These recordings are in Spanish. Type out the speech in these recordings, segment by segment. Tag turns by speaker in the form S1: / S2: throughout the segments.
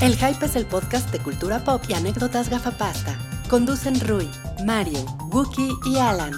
S1: El Hype es el podcast de cultura pop y anécdotas gafapasta. Conducen Rui, Mario, Wookie y Alan.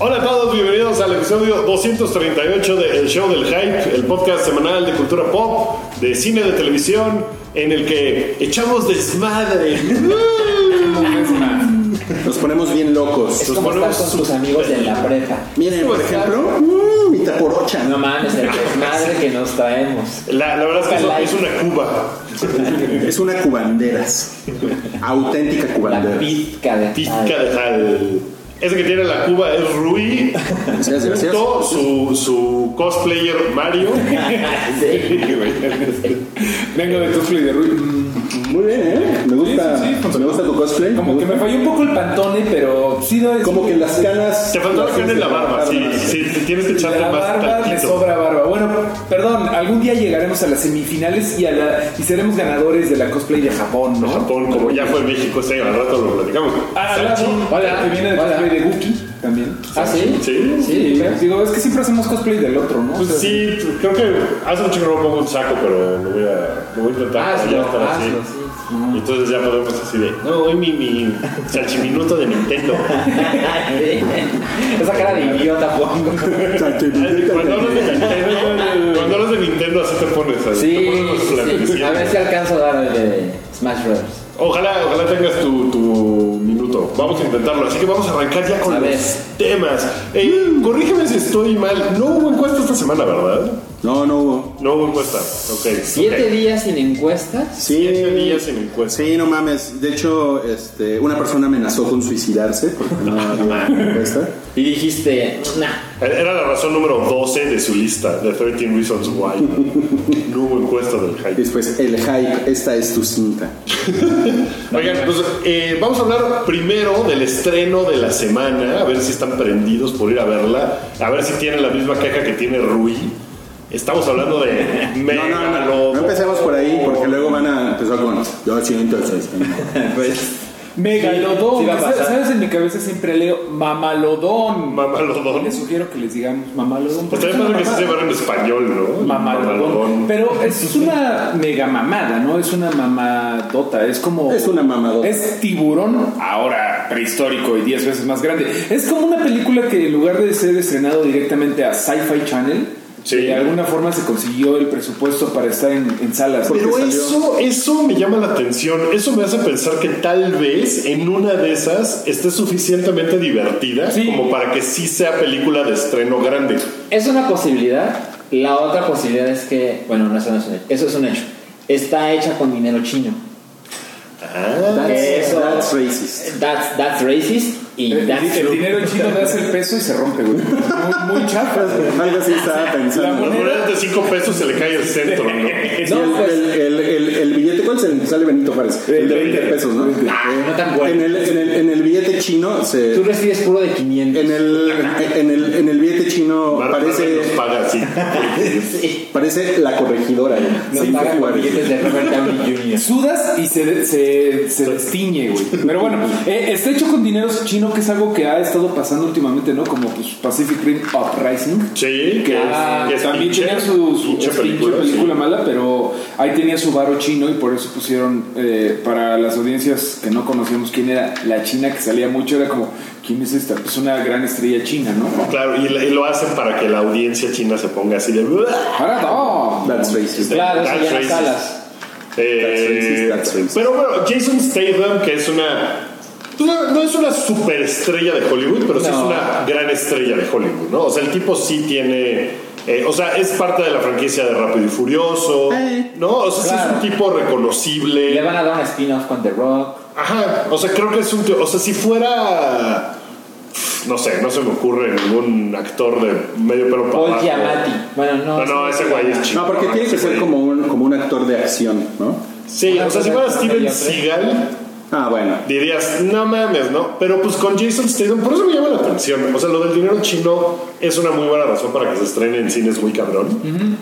S2: Hola a todos, bienvenidos al episodio 238 de El Show del Hype, el podcast semanal de cultura pop, de cine, de televisión, en el que echamos desmadre.
S3: Es más,
S4: Nos ponemos bien locos.
S3: Es como estar con tus amigos de la prepa.
S4: Miren, por ejemplo, uh, mi taporocha.
S3: No mames, el desmadre que nos traemos.
S2: La, la verdad es que es, es una cuba.
S4: Es una cubanderas. Auténtica
S3: La
S4: cubanderas.
S3: pizca de
S2: Pizca de jal. Ese que tiene la cuba es Rui,
S4: Gracias, gracias.
S2: junto su, su cosplayer Mario.
S3: Ah,
S5: Vengo de cosplay de Rui.
S4: Muy bien, ¿eh? Me gusta,
S5: Sí, sí, sí,
S4: me gusta tu cosplay. Me
S5: Como que
S4: gusta.
S5: me falló un poco el pantone, pero sí doy.
S4: Como que las canas.
S2: Te faltó la cana en la barba, sí, sí, te tienes que
S5: De
S2: echarle
S5: la
S2: más
S5: barba le
S2: tantito.
S5: sobra barba. Bueno, perdón, algún día llegaremos a las semifinales y, a la, y seremos ganadores de la cosplay de Japón, ¿no?
S2: Japón, como ya fue en México, sí, al rato lo platicamos.
S5: Ah, hola, hola, que viene de
S3: Hola.
S5: cosplay de Guki también.
S3: ¿Ah, sí?
S2: Sí.
S3: Sí.
S5: Digo, es que siempre hacemos cosplay del otro, ¿no? O sea,
S2: Pues sí, creo que hace mucho que no me pongo un saco, pero lo voy a, lo voy a intentar para ya
S3: Hazlo,
S2: estar así.
S3: hazlo, Ah, sí.
S2: Y entonces ya podemos así de, no, hoy mi, mi salchiminuto de Nintendo.
S3: Esa cara de idiota pongo.
S2: Cuando hablas de Nintendo, cuando hablas de Nintendo así te pones. así, te
S3: Sí,
S2: pones los flanes,
S3: sí.
S2: ¿sí?
S3: A ver si alcanzo a dar el de Smash Bros.
S2: Ojalá, ojalá tengas tu, tu minuto. Vamos a intentarlo. Así que vamos a arrancar ya con
S3: A ver.
S2: los temas. Eh, corrígeme si estoy mal. No hubo encuesta esta semana, ¿verdad?
S4: No, no hubo.
S2: No hubo encuesta. Ok.
S3: ¿Siete
S2: ok.
S3: días sin encuestas?
S2: Siete días en encuesta.
S4: Sí, no mames. De hecho, este, una persona amenazó con suicidarse porque no había
S2: Ah,
S4: respuesta.
S3: Y dijiste, nah.
S2: Era la razón número 12 de su lista, de 13 Reasons Why. No hubo encuesta del hype.
S4: Después, el hype, esta es tu cinta.
S2: Oigan, pues eh, vamos a hablar primero del estreno de la semana, a ver si están prendidos por ir a verla, a ver si tienen la misma caja que tiene Rui. Estamos hablando de
S4: No, no, no,
S2: Megalobo.
S4: no. No empecemos por ahí porque luego van a empezar con. Yo siento el sistema".
S5: Megalodón.
S3: Sí, sí va a pasar.
S5: ¿Sabes? En mi cabeza siempre leo mamalodón.
S2: Mamalodón.
S5: Les sugiero que les digamos mamalodón. porque
S2: Estaría
S5: es una
S2: padre que se
S5: mamada.
S2: llamaran en español, ¿no?
S5: Mamalodón. Pero es una mega mamada, ¿no? Es una mamadota. Es como.
S4: Es una mamadota.
S5: Es tiburón, ahora prehistórico y 10 veces más grande. Es como una película que en lugar de ser estrenado directamente a Sci-Fi Channel,
S2: Sí.
S5: de alguna forma se consiguió el presupuesto para estar en, en salas.
S2: Pero
S5: Porque salió-
S2: eso, eso me llama la atención. Eso me hace pensar que tal vez en una de esas esté suficientemente divertida
S5: Sí.
S2: como para que sí sea película de estreno grande.
S3: Es una posibilidad. La otra posibilidad es que, bueno, no, eso no es un hecho. Eso es un hecho. Está hecha con dinero chino.
S4: That's,
S3: Ah, Eso.
S4: that's racist.
S3: That's, that's racist y
S5: El,
S3: that's
S5: el
S3: true.
S5: dinero chino le hace el peso y se rompe, güey. Muy, muy chafa.
S4: Algo así estaba pensando.
S2: Las monedas de 5 pesos se le cae el centro, ¿no?
S4: Sí, el, el- el- el- el billete, ¿cuál se sale Benito Juárez? El de 20 pesos, ¿no?
S3: Ah, no tan bueno.
S4: En el, en el- en el billete chino se.
S3: Tú recibes puro de 500.
S4: En el, en, el, en el billete chino
S2: Bar-
S4: parece,
S2: Nos paga así.
S4: parece la corregidora. güey.
S3: Nos
S4: Sí,
S3: pagan con
S4: Juárez.
S3: billetes de Robert Downey Jr.
S5: Sudas y se, se, se destiñe, güey. Pero bueno, eh, está hecho con dinero chino, que es algo que ha estado pasando últimamente, ¿no? Como pues, Pacific Rim Uprising.
S2: Sí, que,
S5: Ah,
S2: es, que es
S5: también
S2: pinche-
S5: tenía su, su-
S2: pinche
S5: es pinche
S2: película.
S5: película,
S2: sí.
S5: mala, pero ahí tenía su varo chino y por eso pusieron eh, para las audiencias que no conocíamos quién era la china que salía mucho, era como, ¿quién es esta? Pues una gran estrella china, ¿no?
S2: Claro, y, la- y lo hacen para que la audiencia china se ponga así de. "Uah".
S5: Ahora no.
S4: That's racist.
S3: Claro, eso
S2: That's
S3: ya en
S2: racist.
S3: salas.
S2: Eh,
S4: That's racist, that's racist.
S2: pero bueno, Jason Statham, que es una. No, no es una superestrella de Hollywood, pero sí es
S3: No.
S2: una gran estrella de Hollywood, ¿no? O sea, el tipo sí tiene. eh, o sea, es parte de la franquicia de Rápido y Furioso, ¿no? O sea, sí
S3: Eh, Claro.
S2: es un tipo reconocible.
S3: Le van a dar un spin-off con The Rock.
S2: Ajá, o sea, creo que es un. tío- O sea, si fuera. No sé, no se me ocurre ningún actor de medio pelo para
S3: Paul
S2: abajo.
S3: Giamatti. Bueno, no.
S2: No, no, ese güey es chido.
S4: No, porque tiene que ser como un, como un actor de acción, ¿no?
S2: Sí, o sea, si fuera Steven Seagal,
S4: Ah, bueno.
S2: dirías, no mames, ¿no? Pero pues con Jason Statham, por eso me llama la atención. O sea, lo del dinero chino es una muy buena razón para que se estrene en cines muy cabrón.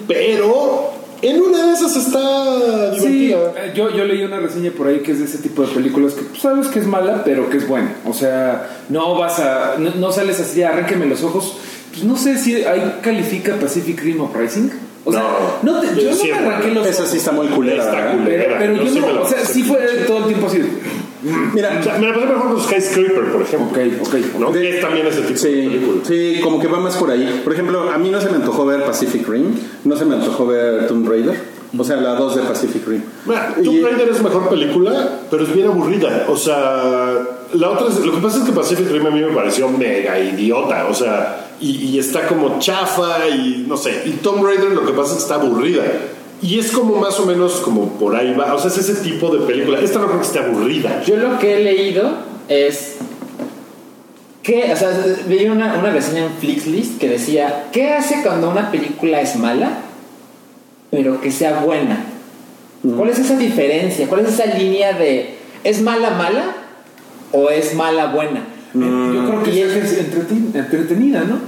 S2: Pero En una de esas está
S5: Sí,
S2: divertida.
S5: eh, yo, yo leí una reseña por ahí que es de ese tipo de películas que pues, sabes que es mala, pero que es buena. O sea, no vas a. No, no sales así, arránqueme los ojos. Pues no sé si ahí califica Pacific Rim Uprising. O sea,
S2: No.
S5: no, te- yo no
S2: Sí,
S5: me arranqué los
S4: Esa
S5: ojos.
S4: sí está muy culera.
S2: Está
S4: ¿verdad?
S2: culera.
S5: Pero, pero
S2: Yo
S5: yo,
S2: sí me la
S5: no. O sea,
S2: pasé
S5: sí fue todo el tiempo así. de,
S2: O sea, me la pasé mejor con Skyscraper, por ejemplo.
S5: Ok, ok.
S2: ¿no?
S4: De-
S2: Que es también ese tipo de
S4: Sí,
S2: película.
S4: sí, como que va más por ahí. Por ejemplo, a mí no se me antojó ver Pacific Rim, no se me antojó ver Tomb Raider, o sea, la 2 de Pacific Rim.
S2: Mira,
S4: Y-
S2: Tomb Raider es mejor película, pero es bien aburrida. O sea, la otra es- lo que pasa es que Pacific Rim a mí me pareció mega idiota. O sea, y, y está como chafa y no sé. Y Tomb Raider lo que pasa es que está aburrida. Y es como más o menos como por ahí va. O sea, es ese tipo de película. Esta no creo que esté aburrida.
S3: Yo lo que he leído es que, o sea, leí una, una reseña en Flixlist que decía, ¿qué hace cuando una película es mala, pero que sea buena? ¿Cuál es esa diferencia? ¿Cuál es esa línea de, ¿es mala mala o es mala buena?
S5: Yo creo
S3: Y
S5: que es entreten- entretenida, ¿no?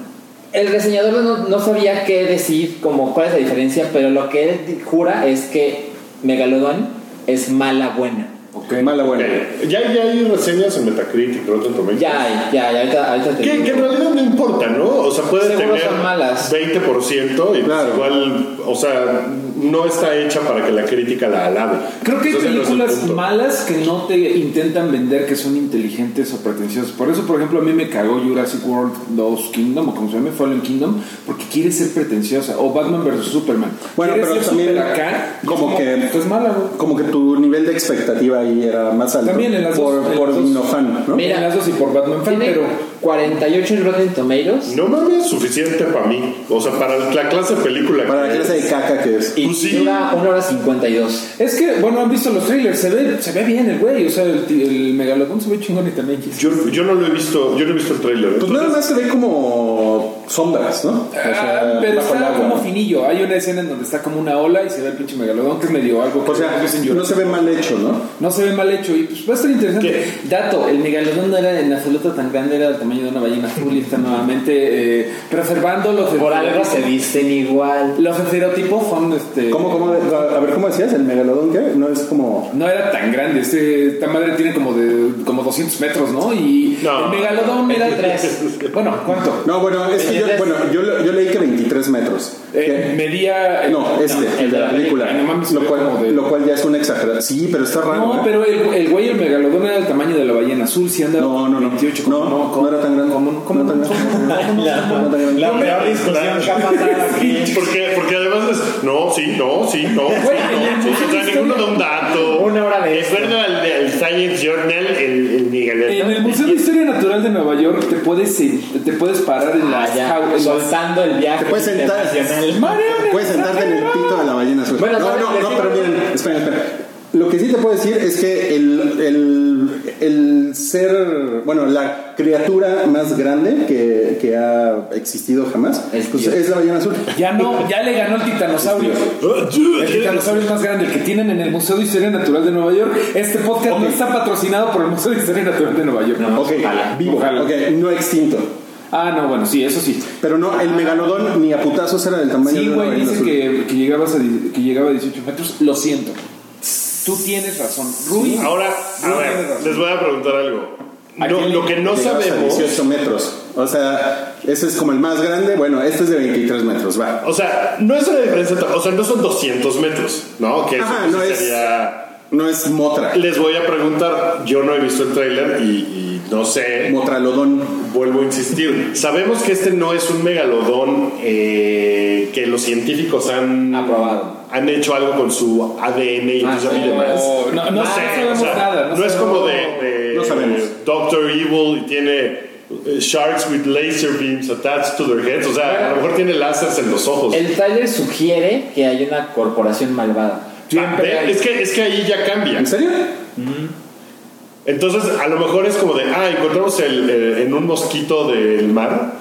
S3: El reseñador no, no sabía qué decir, como cuál es la diferencia, pero lo que él di- jura es que Megalodon es mala buena.
S5: Ok.
S4: Mala buena.
S2: Ok, Ya, ya hay reseñas en Metacritic, Rotten Tomatoes.
S3: Ya, ya, ya, ahorita, ahorita te
S2: Que,
S3: digo.
S2: que en realidad no importa, ¿no? O sea, puede
S3: Seguro
S2: tener
S3: son malas.
S2: 20% y pues
S4: Claro.
S2: igual, o sea, no está hecha para que la crítica la alabe.
S5: Creo que hay
S2: Entonces, no es el
S5: películas
S2: punto.
S5: malas que no te intentan vender que son inteligentes o pretenciosas. Por eso, por ejemplo, a mí me cagó Jurassic World 2 Kingdom o como se llame Fallen Kingdom porque quiere ser pretenciosa. O Batman vs Superman.
S4: Bueno,
S5: Quiere
S4: pero
S5: ser
S4: también
S5: súper acá, y
S4: como que-
S5: pues mala, güey.
S4: Como que tu nivel de expectativa ahí era más alto.
S5: También en las
S4: por,
S5: dos- en
S4: por
S5: las dos.
S4: Vinofan, ¿no?
S3: Mira,
S5: En las dos y por Batman fan,
S3: Tiene
S5: pero
S3: 48 en Rotten Tomatoes.
S2: No mames, suficiente para mí. O sea, para la clase de película.
S4: Para la
S2: que
S4: clase
S2: es.
S4: de caca que es.
S3: Y
S2: Pues sí.
S3: dura 1 hora 52.
S5: es que bueno, han visto los trailers, se ve se ve bien el güey, o sea, el, ti- el megalodón se ve chingón y también.
S2: Yo, yo no lo he visto, yo no he visto el tráiler. ¿eh?
S4: Pues nada más se ve como sombras, ¿no? O sea,
S5: Ah, pero
S4: bajo el
S5: está
S4: agua.
S5: como finillo. Hay una escena en donde está como una ola y se ve el pinche megalodón que es medio algo. que
S4: O sea,
S5: es en Jurassic
S4: no se ve mal hecho, ¿no?
S5: No se ve mal hecho y pues va a estar interesante.
S2: ¿Qué?
S5: Dato, el megalodón no era en absoluto tan grande, era del tamaño de una ballena azul y está nuevamente eh, preservando los
S3: Por algo se visten igual.
S5: Los estereotipos son este.
S4: ¿Cómo, cómo, a ver, ¿cómo decías? ¿El megalodón qué? No es como...
S5: No era tan grande, este, esta madre tiene como de como 200 metros, ¿no? Y
S2: No.
S5: el megalodón era 3. bueno, ¿cuánto?
S4: No, bueno, es que yo, bueno, yo, le- yo leí que 23 metros.
S5: Eh, medía. eh,
S4: No, este, el de la película.
S5: Ay, no mames,
S4: lo,
S5: se ve como
S4: cual,
S5: de-
S4: lo cual ya es una exageración. Sí, pero está raro.
S5: No,
S4: ¿eh?
S5: pero el, el güey, el megalodón era del tamaño de la ballena azul, si anda
S4: No, no, no.
S5: 28,
S4: no,
S5: ¿cómo
S4: no, era tan grande.
S5: ¿Cómo no? ¿Cómo
S4: No
S5: no?
S4: era tan grande.
S5: ¿Cómo no? ¿Cómo
S4: No era tan
S5: no?
S4: grande.
S6: La peor discusión que ha pasado aquí.
S2: Porque, porque además es, no, sí, no, sí, no, sí, no, sí. O sea, ninguno da un dato.
S3: Una hora de
S2: De acuerdo al, al Science Journal, el, el
S5: En
S2: megalodón-
S5: el Museo de Historia Natural de Nueva York te puedes, te puedes parar en las
S3: Allá,
S5: jau- en las-
S3: soltando el viaje.
S4: Te puedes sentar.
S3: internacional.
S4: Puedes sentarte en el pito de la ballena azul.
S3: Bueno,
S4: no,
S3: ¿sabes
S4: no,
S3: qué?
S4: no, pero miren, esperen, esperen. Lo que sí te puedo decir es que el, el, el ser, bueno, la criatura más grande que, que ha existido jamás
S3: Es
S4: pues,
S3: Dios.
S4: es la ballena azul.
S5: Ya no, ya le ganó el titanosaurio.
S2: Ah,
S5: El titanosaurio es más grande, el que tienen en el Museo de Historia Natural de Nueva York. Este podcast no está patrocinado por el Museo de Historia Natural de Nueva York.
S4: Ok, vivo,
S5: Ojalá.
S4: ok, no extinto.
S5: Ah, no, bueno, sí, eso sí.
S4: Pero no, el megalodón ni a putazos era del tamaño
S5: Sí,
S4: de una
S5: güey,
S4: ballena
S5: dicen
S4: azul.
S5: que, que llegabas a, di- que llegaba a 18 metros. Lo siento. Tú tienes razón. Rui,
S2: Ahora, a
S5: Rui
S2: ver,
S5: tiene razón.
S2: les voy a preguntar algo.
S5: ¿A
S2: No,
S5: quién le-
S2: lo que no
S4: Llegabas a
S2: sabemos,
S4: 18 metros. O sea, ese es como el más grande. Bueno, este es de 23 metros, va.
S2: o sea, no es una diferencia, tan- o sea, no son 200 metros, ¿no? Que eso
S4: Ajá,
S2: pues
S4: no es-
S2: sería-
S4: No es motra,
S2: Les voy a preguntar, yo no he visto el tráiler y, y no sé,
S4: motralodón.
S2: vuelvo a insistir. Sabemos que este no es un megalodón eh, que los científicos han
S3: Aprobado.
S2: Han hecho algo con su ADN y,
S3: Ah,
S2: sus- y
S3: no,
S2: demás.
S5: no, Ah, no, no sabemos nada, no
S2: no es
S5: sabemos-
S2: como de, de-
S4: no sabemos.
S2: de Doctor Evil y tiene eh, sharks with laser beams attached to their heads. O sea, a lo mejor tiene láseres en los ojos. Ah,
S3: El trailer sugiere que hay una corporación malvada.
S2: Ve, es, que, es que ahí ya cambia.
S4: ¿En serio?
S2: Entonces, a lo mejor es como de, ah, encontramos el, eh, en un mosquito del mar.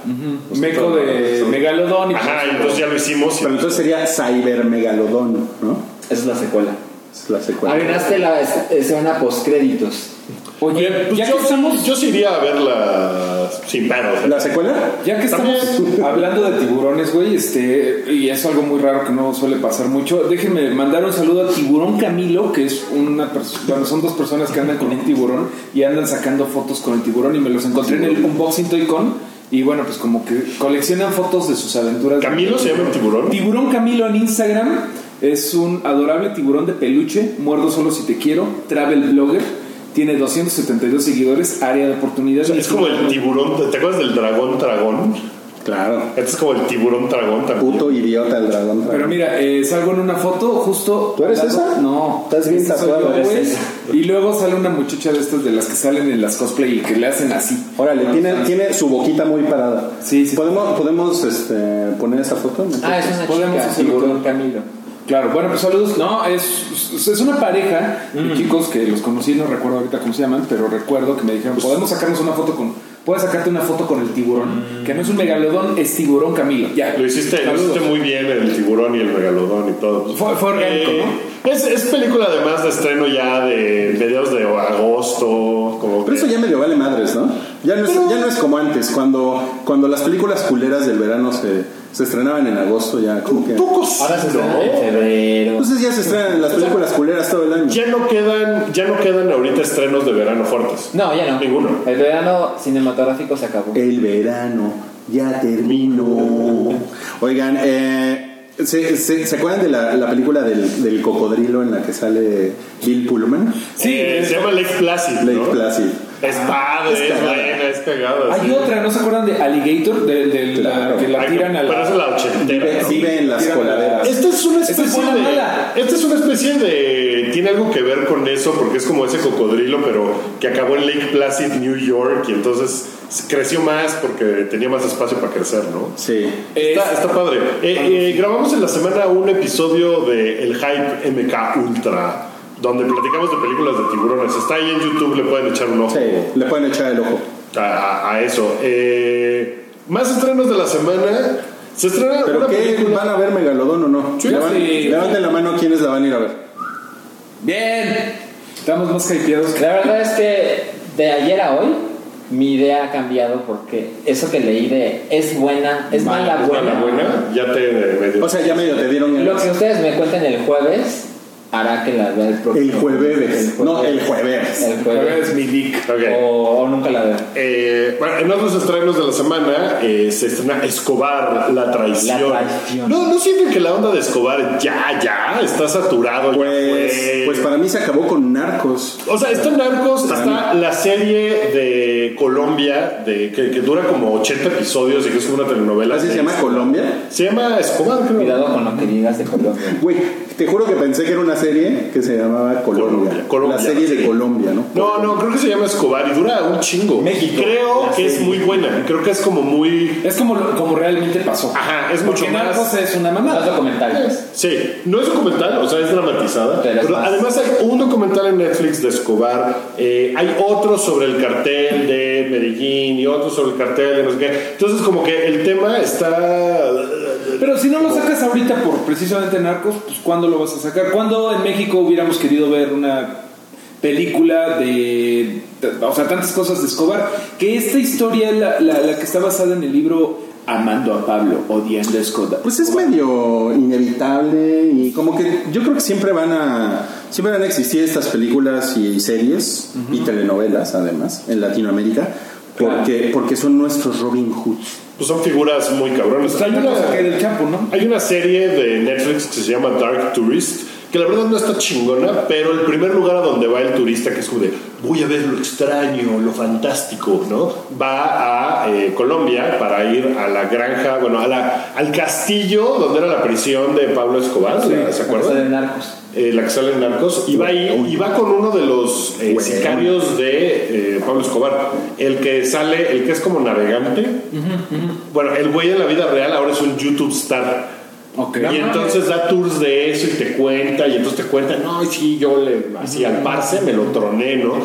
S5: Meco de Megalodón y
S2: Pues Ajá, y entonces ya lo hicimos.
S4: Pero entonces sería cybermegalodón, ¿no?
S3: Esa es la secuela.
S4: Es la secuela.
S3: Arruinaste la es- escena postcréditos.
S5: Oye,
S2: pues
S5: ya
S2: yo,
S5: que estamos,
S2: yo sí iría a verla sin pedos.
S4: ¿La secuela?
S5: ya que estamos
S2: También.
S5: hablando de tiburones, güey, este, y es algo muy raro que no suele pasar mucho, déjenme mandar un saludo a Tiburón Camilo, que es una persona, son dos personas que andan con un tiburón y andan sacando fotos con el tiburón y me los encontré en el unboxing Toy Con y bueno, pues como que coleccionan fotos de sus aventuras.
S2: ¿Camilo se llama el tiburón?
S5: Tiburón Camilo en Instagram es un adorable tiburón de peluche, muerdo solo si te quiero, travel blogger, tiene 272 seguidores, área de oportunidad.
S2: Es como el tiburón. ¿Te acuerdas del dragón dragón?
S4: Claro.
S2: Este es como el tiburón dragón también.
S4: Puto idiota el dragón.
S5: Pero mira, eh, salgo en una foto justo.
S4: ¿Tú eres
S5: al lado-
S4: esa?
S5: No.
S4: Estás bien
S5: Esa soy
S4: tatuado,
S5: yo,
S4: eres
S5: güey.
S4: esa.
S5: Y luego sale una muchacha de estas de las que salen en las cosplay y que le hacen así.
S4: Órale, tiene, tiene su boquita muy parada.
S5: Sí, sí.
S4: ¿Podemos, podemos este, poner esa foto?
S3: Ah, es una
S5: Podemos
S3: chica,
S5: hacer
S3: tiburón
S5: otro.
S3: Camilo.
S5: Claro, bueno, pues saludos. No, es, es- es una pareja
S4: Mm.
S5: de chicos que los conocí, no recuerdo ahorita cómo se llaman, pero recuerdo que me dijeron,
S4: Pues
S5: podemos sacarnos una foto con... Puedes sacarte una foto con el
S4: Mm.
S5: tiburón, que no es un megalodón, es tiburón Camilo. Ya.
S2: Lo hiciste, lo
S5: Saludos.
S2: hiciste muy bien el tiburón y el megalodón y todo. Eh,
S5: Fue- fue orgánico,
S2: Es, es película además de estreno ya de mediados de agosto. Como
S4: Pero
S2: que-
S4: eso ya medio vale madres, ¿no? Ya no es, ya no es como antes, cuando, cuando las películas culeras del verano se, se estrenaban en agosto, ya como que...
S2: Poco sí,
S6: Ahora se estrena
S2: ¿no?
S6: en febrero.
S4: Entonces ya se estrenan las películas culeras todo el año.
S2: Ya no quedan, ya no quedan ahorita estrenos de verano fuertes.
S3: No, ya no. Eh.
S2: Ninguno.
S3: El verano cinematográfico se acabó.
S4: El verano ya terminó. Oigan, eh, ¿se, se, se acuerdan de la, la película del, del cocodrilo en la que sale Bill Pullman?
S5: Sí,
S2: Eh,
S5: es-
S2: se llama Lake Placid.
S4: Lake
S2: ¿no?
S4: Placid.
S2: Es padre,
S4: es
S2: es
S4: cagada.
S2: buena, es cagada.
S5: Hay
S2: sí.
S5: otra, ¿no se acuerdan de Alligator? De, de la-
S4: Claro.
S5: que la
S2: Ay,
S5: tiran a la...
S2: Pero es la ochentera.
S4: Vive,
S2: ¿no?
S4: vive en las
S5: Tiran a la-
S4: coladeras.
S2: Esta es una
S5: Esta es
S2: especie
S5: buena
S2: de.
S5: mala.
S2: Esta es una especie de. Tiene algo que ver con eso, porque es como ese cocodrilo, pero que acabó en Lake Placid, New York, y entonces creció más porque tenía más espacio para crecer, ¿no?
S4: Sí.
S2: Está, está padre. Eh, eh, grabamos en la semana un episodio de El Hype MK Ultra, donde platicamos de películas de tiburones. Está ahí en YouTube, le pueden echar un ojo
S4: Sí, le pueden echar el ojo.
S2: a, a- a eso. Eh, más estrenos de la semana. Se estrena
S4: ¿Pero
S2: una
S4: qué?
S2: película.
S4: ¿Van a ver Megalodón o no?
S5: Sí,
S4: Levan-
S5: sí.
S4: Levanten la mano quienes la van a ir a ver.
S5: Bien. Estamos más hypeados que...
S3: La verdad es que de ayer a hoy mi idea ha cambiado porque eso que leí de es buena, es mala,
S2: Mala,
S3: buena.
S2: mala, buena. Ya te eh, medio.
S4: O sea, ya medio te dieron el,
S3: Lo que ustedes me cuenten el jueves hará que la vea el próximo.
S4: el jueves. No, el jueves.
S3: El
S5: Pero
S3: jueves.
S5: es mi dick.
S2: Ok.
S3: O, o nunca la vea.
S2: Eh, bueno, en otros estrenos de la semana eh, se estrena Escobar, la traición.
S3: La traición.
S2: No, no sienten que la onda de Escobar ya, ya está saturado. ya fue?
S4: Pues, pues para mí se acabó con narcos.
S2: O sea, está Narcos,
S4: Para
S2: está la serie de Colombia de, que, que dura como 80 episodios y que es como una telenovela.
S4: Así se llama Colombia.
S2: Se llama Escobar, creo.
S3: Cuidado con lo que digas de Colombia.
S4: Güey, te juro que pensé que era una serie que se llamaba Colombia.
S2: Colombia, Colombia,
S4: la serie
S2: sí.
S4: de Colombia, ¿no?
S2: No, no, creo que se llama Escobar y dura un chingo.
S6: México,
S2: Creo
S6: la
S2: que es
S6: serie.
S2: muy buena. Creo que es como muy.
S5: Es como, lo- como realmente pasó.
S2: Ajá, Ah, es mucho
S5: Porque
S2: más.
S5: Narcos es una
S3: Más
S5: mamada.
S3: documentales.
S2: Sí, no es documental, o sea, es dramatizada.
S3: Pero
S2: Pero,
S3: es más.
S2: además hay un documental en Netflix de Escobar, eh, hay otro sobre el cartel de Medellín y otro sobre el cartel de no sé qué. Entonces, como que el tema está.
S5: Pero si no lo sacas ahorita por precisamente Narcos, pues ¿cuándo lo vas a sacar? ¿Cuándo en México hubiéramos querido ver una película de... de- O sea, tantas cosas de Escobar. Que esta historia, la, la- la que está basada en el libro Amando a Pablo, odiando a Escobar.
S4: Pues es medio inevitable y como que yo creo que siempre van a siempre van a existir estas películas y series y telenovelas además en Latinoamérica porque porque son nuestros Robin Hood.
S2: Pues son figuras muy cabrones.
S5: Pues hay una cosa que del Chapo, ¿no?
S2: Hay una serie de Netflix que se llama Dark Tourist, que la verdad no está chingona, pero el primer lugar a donde va el turista, que es como de voy a ver lo extraño, lo fantástico, ¿no? Va a eh, Colombia para ir a la granja, bueno, a la- al castillo donde era la prisión de Pablo Escobar, ¿la- ¿se
S3: Eso de
S2: acuerdan?
S3: narcos.
S2: Eh, la que sale en Narcos, y va, ahí, y va con uno de los eh,
S4: Güey.
S2: sicarios de eh, Pablo Escobar, el que sale, el que es como navegante. Bueno, el güey en la vida real ahora es un YouTube star.
S5: Ok.
S2: Y entonces da tours de eso y te cuenta, y entonces te cuenta, no, sí, yo le así al parce me lo troné, ¿no?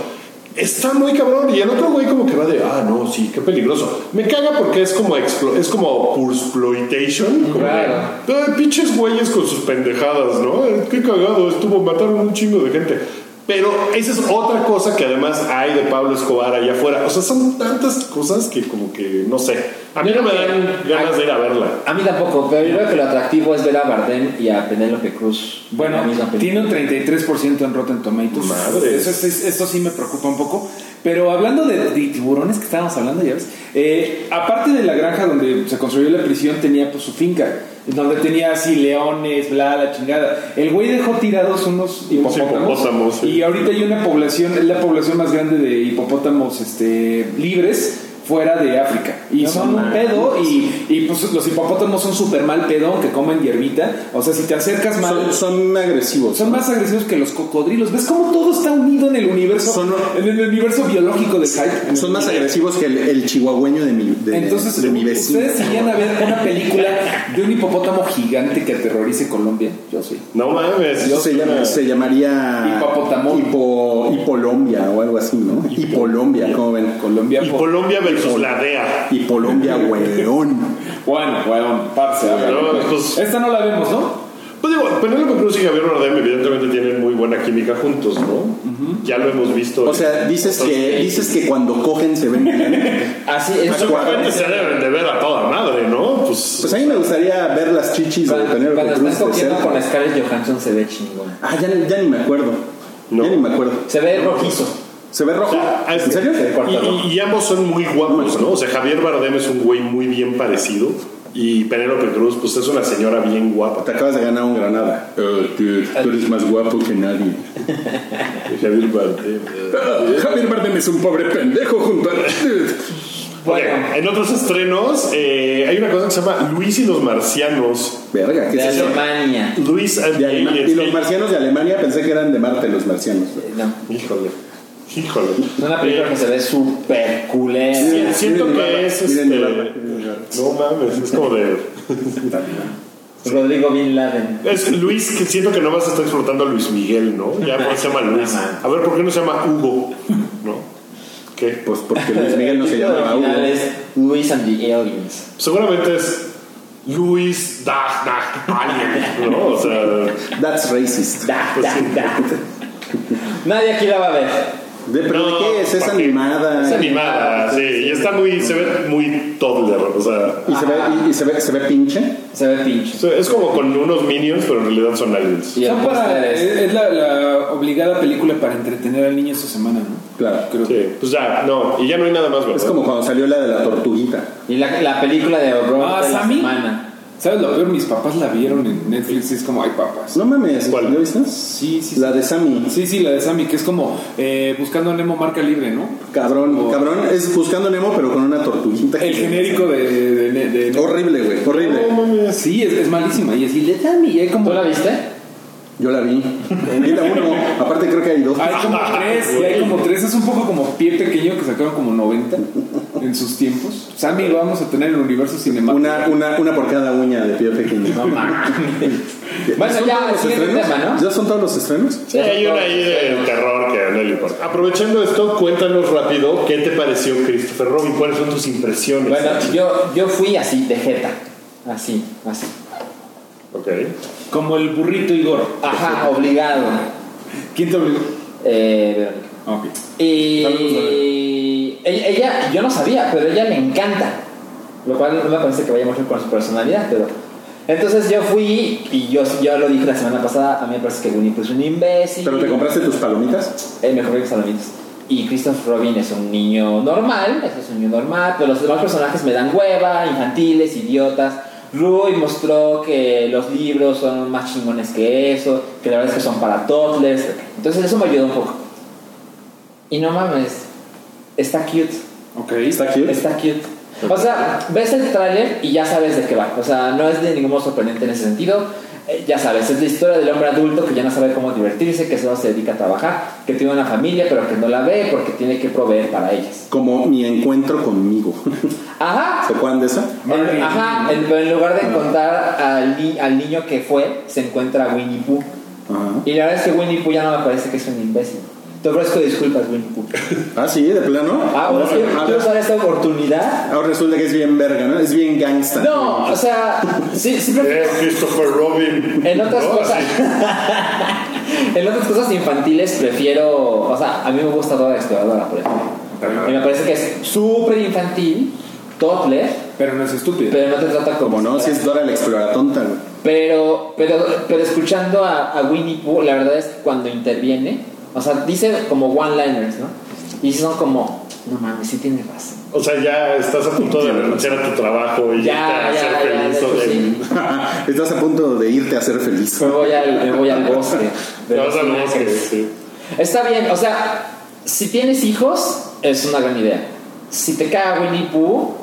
S2: Está muy cabrón. Y el otro güey como que va de, ah, no, sí, qué peligroso. Me caga porque es como explo- es como exploitation. Como
S3: Claro.
S2: de, "Ah, pinches güeyes con sus pendejadas, ¿no? Eh, Qué cagado, estuvo, mataron un chingo de gente. Pero esa es otra cosa que además hay de Pablo Escobar allá afuera. O sea, son tantas cosas que como que no sé. A mí
S3: Yo
S2: no me
S3: creo que-
S2: dan ganas de ir a verla.
S3: A mí tampoco, pero yo creo que lo atractivo es ver a Bardem y a Penélope Cruz. en
S5: Bueno,
S3: la misma
S5: tiene
S3: película.
S5: un 33% en Rotten Tomatoes.
S2: Madre.
S5: Eso, es- eso sí me preocupa un poco. Pero hablando de, de tiburones que estábamos hablando, ya ves. eh, aparte de la granja donde se construyó la prisión, tenía pues su finca. Donde tenía así leones, bla, la chingada. El güey dejó tirados unos hipopótamos.
S2: hipopótamos, sí.
S5: Y ahorita hay una población, es la población más grande de hipopótamos este, libres fuera de África. Y son un pedo y, y, pues los hipopótamos son súper mal pedo, que comen hierbita. O sea, si te acercas mal...
S4: Son, son agresivos.
S5: Son más agresivos que los cocodrilos. ¿Ves cómo todo está unido en el universo?
S4: Son-
S5: en el universo biológico del hype.
S4: Son más agresivos que el, el chihuahueño de mi, de,
S5: Entonces,
S4: de mi vecino.
S5: ¿ustedes irían a ver una película de un hipopótamo gigante que aterrorice Colombia? Yo sí.
S2: No mames.
S4: Yo se, llama- se llamaría
S5: Hipapotamón.
S4: Hipo- Hipolombia o algo así, ¿no? Hipolombia, ¿cómo ven?
S5: Colombia.
S2: Y
S5: po-
S2: Colombia versus la DEA.
S4: Hipolombia, weón.
S5: Bueno, bueno, parce. a ver.
S2: Pero, pues-
S5: Esta no la vemos, ¿no?
S2: Pues digo, Penélope Cruz y Javier Bardem evidentemente tienen muy buena química juntos, ¿no? Ya lo hemos visto.
S4: O sea, dices que, dices que cuando cogen se ven bien.
S3: Así es.
S4: Pues,
S2: Seguramente se deben de ver a toda madre, ¿no? Pues,
S4: Pues a mí me gustaría ver las chichis de
S3: Cuando,
S4: Penélope
S3: cuando
S4: Cruz
S3: estás
S4: de
S3: cogiendo
S4: cerca.
S3: con Scarlett Johansson se ve chingón.
S4: Ah, ya, ya ni me acuerdo.
S2: No.
S4: Ya ni me acuerdo.
S3: Se ve rojizo.
S4: ¿Se ve rojo?
S2: Ah,
S4: ¿En
S2: sí.
S4: serio?
S2: Y, y- y ambos son muy guapos, ¿no? O sea, Javier Bardem es un güey muy bien parecido y Penélope Cruz, pues es una señora bien guapa.
S4: Te acabas de ganar un granada. Eh, tú, eres más guapo que nadie.
S2: Javier Bardem.
S4: Ah, Javier Bardem es un pobre pendejo junto a...
S3: Bueno.
S2: en otros estrenos eh, hay una cosa que se llama Luis y los marcianos.
S4: Verga, ¿qué
S3: De
S4: es eso?
S3: Alemania.
S2: Luis eh, and
S4: De
S2: the
S4: Alema-
S2: Aliens.
S4: y los marcianos de Alemania pensé que eran de Marte los marcianos.
S3: Eh, No.
S2: Híjole. Híjole.
S3: Es una película que se ve súper culera.
S2: Sí, siento
S4: Miren mi barba,
S2: que es
S4: miren mi
S2: este,
S4: barba, miren mi barba.
S2: no mames, es como de
S3: Rodrigo Bin Laden.
S2: es Luis que siento que nomás está explotando a Luis Miguel, ¿no? Ya por qué se llama Luis. A ver, ¿por qué no se llama Hugo? ¿No? ¿Qué?
S4: Pues porque Luis Miguel no se
S3: El título
S4: llamaba Hugo.
S3: original es Luis and the Aliens.
S2: Seguramente es Luis da, da, alguien, ¿no? O sea,
S4: That's racist.
S3: Da, da, da. Nadie aquí la va a ver.
S4: ¿De, ¿Pero
S2: no,
S4: de qué es? Es
S2: ¿para qué?
S4: animada.
S2: Es animada, sí, y está muy, se ve muy toddler, o sea,
S4: ¿Y, se ve, y, y se, ve, se ve pinche?
S3: Se ve pinche.
S2: es como con unos minions, pero en realidad son aliens.
S3: Y el
S5: Son para-
S3: póster
S5: es
S3: es-
S5: es la, la obligada película para entretener al niño esta semana, ¿no?
S4: Claro.
S5: Creo que.
S2: Sí, pues ya, no, y ya no hay nada más, ¿verdad?
S4: Es como cuando salió la de la tortuguita.
S3: Y la, la película de horror
S5: Ah,
S3: de la
S5: Sammy.
S3: semana.
S5: ¿Sabes lo peor? Mis papás la vieron en Netflix y es como, ay, papás.
S4: No mames,
S2: ¿Cuál?
S4: ¿lo viste?
S5: Sí, sí, sí.
S4: La de Sammy.
S5: Sí, sí, la de Sammy, que es como eh, buscando a Nemo marca libre, ¿no?
S4: Cabrón,
S5: Oh.
S4: cabrón. Es buscando Nemo, pero con una tortuguita.
S5: El genérico de, de, de- de- de-
S4: Horrible, güey. Horrible.
S5: Sí, es, es malísima. Y así le dan
S4: eh,
S5: y hay como.
S3: ¿Tú la viste?
S4: Yo la vi. Vi la uno. Aparte, creo que hay dos.
S5: Hay como tres, y hay como tres. Es un poco como pie pequeño que sacaron como 90 en sus tiempos. Sammy lo vamos a tener en el universo
S4: Una,
S5: cinematográfico.
S4: una, una por cada uña de pie pequeño.
S3: No mames. bueno,
S4: ¿Son
S3: ya,
S4: todos
S3: el
S4: los
S3: siguiente
S4: estrenos?
S3: tema, ¿no?
S4: ¿Ya son todos los estrenos?
S2: Sí, hay una ahí de terror que no le importa. Aprovechando esto, cuéntanos rápido qué te pareció Christopher Robin, cuáles son tus impresiones.
S3: Bueno, yo, yo fui así, de jeta. Así, así.
S2: ok.
S5: Como el burrito Igor.
S3: Ajá, obligado.
S5: ¿Quién te obligó?
S3: Eh, Verónica.
S5: Ok.
S3: Y ella, ella- yo no sabía, pero ella le encanta. Lo cual no me parece que vaya mucho con su personalidad, pero... Entonces yo fui y yo, yo lo dije la semana pasada, a mí me parece que Winnie Pooh es un imbécil.
S4: ¿Pero te compraste tus palomitas?
S3: El mejor que Salamitos. Y Christopher Robin es un niño normal, es un niño normal, pero los demás personajes me dan hueva, infantiles, idiotas. Rui mostró que los libros son más chingones que eso, que la verdad es que son para toddlers. Entonces eso me ayudó un poco. Y no mames, está cute.
S5: Ok.
S4: ¿Está aquí?
S3: Está cute. O sea, ves el tráiler y ya sabes de qué va. O sea, no es de ningún modo sorprendente en ese sentido. Eh, ya sabes, es la historia del hombre adulto que ya no sabe cómo divertirse, que solo se dedica a trabajar, que tiene una familia pero que no la ve porque tiene que proveer para ellas.
S4: Como mi encuentro conmigo.
S3: Ajá.
S4: ¿Se acuerdan de esa?
S5: Marley.
S3: En- ajá. en- pero en lugar de encontrar al, ni- al niño que fue, se encuentra a Winnie Pooh.
S4: Ajá.
S3: Y la verdad es que Winnie Pooh ya no me parece que es un imbécil. Te ofrezco disculpas, Winnie Pooh.
S4: Ah, sí, de plano.
S3: Ah, bueno, es que
S4: Ahora-
S3: quiero usar esta oportunidad.
S4: ahora resulta que es bien verga, ¿no? Es bien gangsta.
S3: No, o sea, sí, sí
S2: Eh, Christopher Robin.
S3: En otras
S2: No,
S3: cosas.
S2: así.
S3: En otras cosas infantiles prefiero. O sea, a mí me gusta Dora la Exploradora, por ejemplo. Y me parece que es súper infantil, toddler,
S5: Pero no es estúpido.
S3: pero no te trata como.
S4: Como no, si es Dora la exploratonta, güey.
S3: Pero, pero, pero escuchando a, a Winnie Pooh, la verdad es que cuando interviene, o sea, dice como one-liners, ¿no? Y son como, no mames, sí tiene razón.
S2: O sea, ya estás a punto de renunciar a tu trabajo y irte
S3: Ya,
S2: a
S3: ya,
S2: hacer
S3: ya, ya,
S2: feliz
S3: de hecho,
S2: sobre-
S3: sí.
S4: Estás a punto de irte a ser feliz.
S3: Me voy al, me voy al bosque. de
S2: Te
S3: los
S2: vas al bosque,
S3: pinacres.
S2: sí.
S3: Está bien, o sea, si tienes hijos, es una gran idea. Si te caga Winnie Pooh,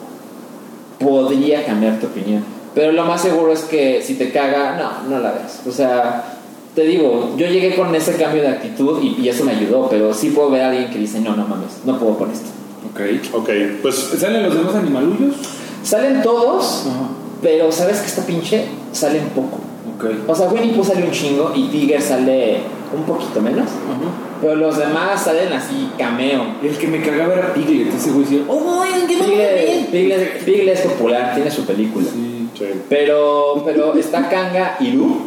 S3: podría cambiar tu opinión. Pero lo más seguro es que si te caga, no, no la veas. O sea, te digo, yo llegué con ese cambio de actitud y, y eso me ayudó, pero sí puedo ver a alguien que dice, no, no mames, no puedo con esto.
S5: Ok.
S2: Ok, pues
S5: ¿Salen los demás animalullos?
S3: Salen todos,
S5: Ajá.
S3: pero sabes que esta pinche salen poco.
S5: Ok.
S3: O sea, Winnie Pooh sale un chingo y Tiger sale un poquito menos,
S5: Ajá.
S3: pero los demás salen así cameo.
S5: El que me cagaba era Piglet, ese güey decía, ¡Oh!
S3: Piglet, Piglet- Piglet es popular, tiene su película.
S5: Sí.
S2: sí.
S3: Pero, pero está Kanga y Lu.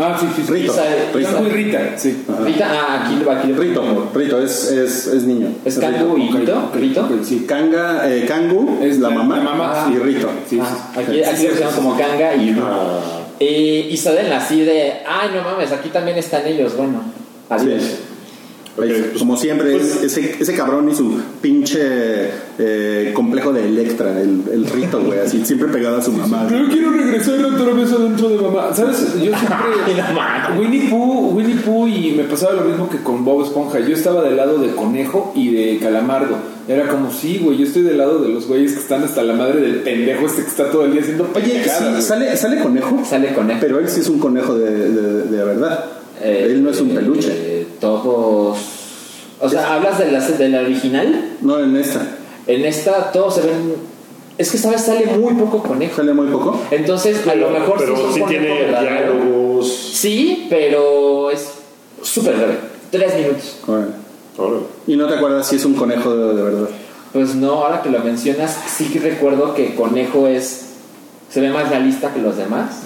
S5: Ah, sí, sí, sí.
S4: Rito.
S3: Sale-
S4: Rito.
S5: Blanco y Rita, sí.
S4: Ajá.
S3: Rita, ah, aquí va, aquí
S4: Rito, Rito, es, es, es niño.
S3: Es Kangu y
S5: ok,
S3: Rito.
S5: ok,
S3: Rito.
S5: ok,
S4: Y
S5: sí.
S4: Kanga, eh, Kangu es la mamá,
S5: La mamá,
S4: y Rito.
S5: Sí,
S3: Ah,
S5: sí. Ah.
S3: aquí aquí lo llaman como Kanga y Lu. Y, y salen así de, ay, no mames, aquí también están ellos. Bueno, adiós.
S4: Sí.
S2: Ok,
S4: Es-
S2: pues-
S4: como siempre, es-
S2: pues-
S4: ese, ese cabrón y su pinche eh, complejo de Electra, el, el Rito, güey, así siempre pegado a su mamá.
S5: Pero yo quiero regresar otra vez adentro de mamá. ¿Sabes? Yo siempre. Winnie Pooh, Winnie Pooh y me pasaba lo mismo que con Bob Esponja. Yo estaba del lado de Conejo y de Calamardo. Era como, sí, güey, yo estoy del lado de los güeyes que están hasta la madre del pendejo este que está todo el día haciendo
S4: Oye,
S5: pendejadas,
S4: sí,
S5: güey.
S4: sale, sale conejo,
S3: Sale con él.
S4: pero él sí es un conejo de, de- de verdad.
S3: Eh,
S4: él no es un
S3: eh,
S4: peluche.
S3: todos. O sea, hablas de la, de la original.
S4: No, en esta.
S3: En esta todos se ven. Es que sabes, sale muy poco conejo.
S4: Sale muy poco.
S3: Entonces, a lo mejor
S2: Pero
S3: es un
S2: sí
S3: conejo
S2: tiene
S3: verdadero.
S2: diálogos.
S3: Sí, pero es súper breve. Tres minutos.
S4: Órale.
S2: Órale.
S4: Y no te acuerdas si es un conejo de, de verdad.
S3: Pues no, ahora que lo mencionas, sí que recuerdo que Conejo es. Se ve más realista que los demás.